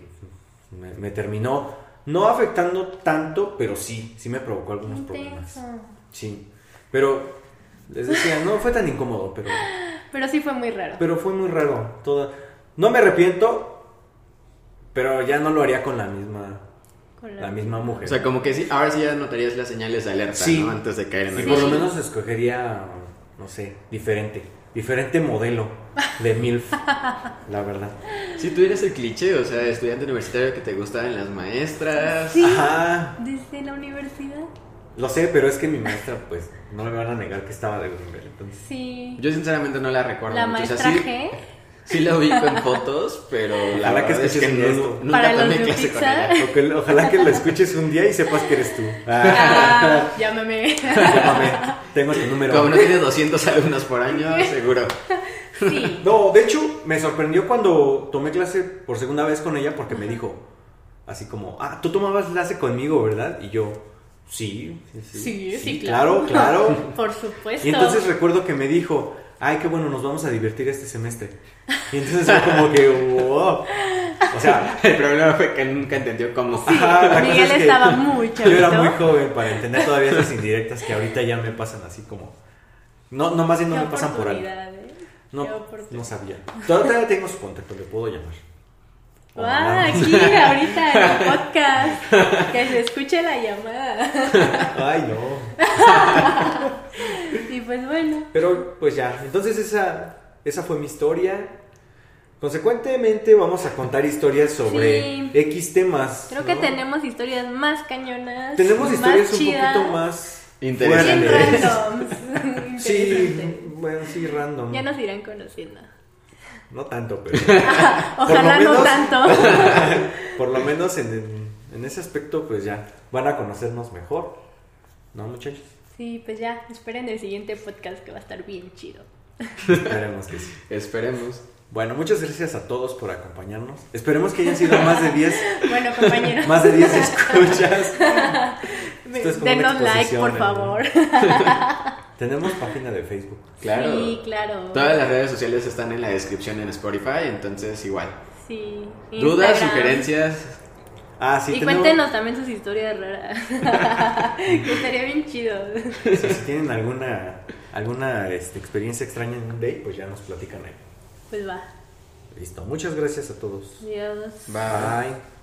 [SPEAKER 1] me, me terminó no afectando tanto, pero sí, sí me provocó algunos problemas.
[SPEAKER 2] Intenso.
[SPEAKER 1] Sí. Pero les decía, no fue tan incómodo, pero
[SPEAKER 2] Pero sí fue muy raro.
[SPEAKER 1] pero fue muy raro. Toda... No me arrepiento, pero ya no lo haría con la misma
[SPEAKER 2] Con la-
[SPEAKER 1] la misma mujer.
[SPEAKER 3] O sea, como que sí, ahora sí ya notarías las señales de alerta,
[SPEAKER 1] Sí.
[SPEAKER 3] ¿no? Antes de caer en
[SPEAKER 1] Y
[SPEAKER 3] el
[SPEAKER 1] por lo
[SPEAKER 3] golpe.
[SPEAKER 1] menos escogería, no sé, diferente. Diferente modelo de MILF, la verdad.
[SPEAKER 3] Si tú eres el cliché, o sea, estudiante universitario que te gustaban las maestras.
[SPEAKER 2] Sí.
[SPEAKER 1] Ajá,
[SPEAKER 2] Desde la universidad.
[SPEAKER 1] lo sé, pero es que mi maestra, pues, no me van a negar que estaba de buen nivel, entonces.
[SPEAKER 2] Sí.
[SPEAKER 3] Yo sinceramente no la recuerdo
[SPEAKER 2] la
[SPEAKER 3] mucho. O sea,
[SPEAKER 2] maestra
[SPEAKER 3] sí-
[SPEAKER 2] G.
[SPEAKER 3] Sí la ubico en fotos, pero la
[SPEAKER 1] Ojalá que
[SPEAKER 3] verdad es que
[SPEAKER 1] escuches
[SPEAKER 3] no-
[SPEAKER 1] esto.
[SPEAKER 3] nunca
[SPEAKER 2] Para los
[SPEAKER 3] tomé
[SPEAKER 2] de
[SPEAKER 3] clase con
[SPEAKER 2] pizza.
[SPEAKER 3] ella.
[SPEAKER 1] Ok, ojalá que lo escuches un día y sepas que eres tú. Ah,
[SPEAKER 2] Ah, llámame.
[SPEAKER 1] llámame, tengo tu
[SPEAKER 3] Como
[SPEAKER 1] número.
[SPEAKER 3] no tiene 200 alumnos por año, seguro.
[SPEAKER 2] Sí.
[SPEAKER 1] No, de hecho, me sorprendió cuando tomé clase por segunda vez con ella porque me dijo, así como, ah, tú tomabas clase conmigo, ¿verdad? Y yo, sí, sí,
[SPEAKER 2] Sí, sí,
[SPEAKER 1] claro, claro.
[SPEAKER 2] Por supuesto.
[SPEAKER 1] Y entonces recuerdo que me dijo, ay, qué bueno, nos vamos a divertir este semestre. Y entonces fue como que, wow. O sea,
[SPEAKER 3] El problema fue que nunca entendió cómo.
[SPEAKER 2] Sí,
[SPEAKER 1] ajá, la cosa
[SPEAKER 2] Miguel
[SPEAKER 1] es que
[SPEAKER 2] estaba muy
[SPEAKER 1] yo era
[SPEAKER 2] chavito.
[SPEAKER 1] muy joven para entender todavía esas indirectas que ahorita ya me pasan así como... No, no, más bien no
[SPEAKER 2] Qué
[SPEAKER 1] me pasan por algo.
[SPEAKER 2] oportunidad, ¿eh?
[SPEAKER 1] No,
[SPEAKER 2] Qué oportunidad.
[SPEAKER 1] no sabía. Todavía tengo su contacto, le puedo llamar. O
[SPEAKER 2] Ah,
[SPEAKER 1] mandar un-
[SPEAKER 2] aquí, ahorita en el podcast. Que se escuche la llamada.
[SPEAKER 1] Ay, no.
[SPEAKER 2] Y pues bueno.
[SPEAKER 1] Pero pues ya, entonces esa, esa fue mi historia. Consecuentemente vamos a contar historias sobre
[SPEAKER 2] Sí.
[SPEAKER 1] X temas.
[SPEAKER 2] Creo que
[SPEAKER 1] ¿no?
[SPEAKER 2] tenemos historias más cañonas.
[SPEAKER 1] Tenemos historias
[SPEAKER 2] más chidas,
[SPEAKER 1] un poquito más
[SPEAKER 3] Interesantes.
[SPEAKER 1] fuertes.
[SPEAKER 2] Bien randoms.
[SPEAKER 1] Sí,
[SPEAKER 2] Interesantes.
[SPEAKER 1] bueno, sí, random.
[SPEAKER 2] Ya nos irán conociendo.
[SPEAKER 1] No tanto, pero
[SPEAKER 2] Ojalá
[SPEAKER 1] Por lo
[SPEAKER 2] no
[SPEAKER 1] menos-
[SPEAKER 2] tanto.
[SPEAKER 1] por lo menos en, en- en ese aspecto, pues ya van a conocernos mejor. ¿No, muchachos?
[SPEAKER 2] Sí, pues ya, esperen el siguiente podcast que va a estar bien chido.
[SPEAKER 1] Esperemos que sí.
[SPEAKER 3] Esperemos.
[SPEAKER 1] Bueno, muchas gracias a todos por acompañarnos. Esperemos que hayan sido más de 10,
[SPEAKER 2] Bueno, compañeros,
[SPEAKER 1] más de 10 escuchas.
[SPEAKER 2] me-
[SPEAKER 1] esto es como una
[SPEAKER 2] denos like,
[SPEAKER 1] exposición,
[SPEAKER 2] por
[SPEAKER 1] ¿no?
[SPEAKER 2] favor.
[SPEAKER 1] Tenemos página de Facebook.
[SPEAKER 3] Claro.
[SPEAKER 2] Sí, claro.
[SPEAKER 3] Todas las redes sociales están en la descripción en Spotify, entonces igual.
[SPEAKER 2] Sí.
[SPEAKER 3] Dudas,
[SPEAKER 2] Instagram.
[SPEAKER 3] sugerencias.
[SPEAKER 1] Ah, sí,
[SPEAKER 2] y
[SPEAKER 1] tenemos-
[SPEAKER 2] cuéntenos también sus historias raras. que estaría bien chido.
[SPEAKER 1] si si tienen alguna alguna este, experiencia extraña en un date, pues ya nos platican ahí.
[SPEAKER 2] Pues va.
[SPEAKER 1] Listo. Muchas gracias a todos.
[SPEAKER 2] Adiós.
[SPEAKER 3] Bye.
[SPEAKER 1] Bye.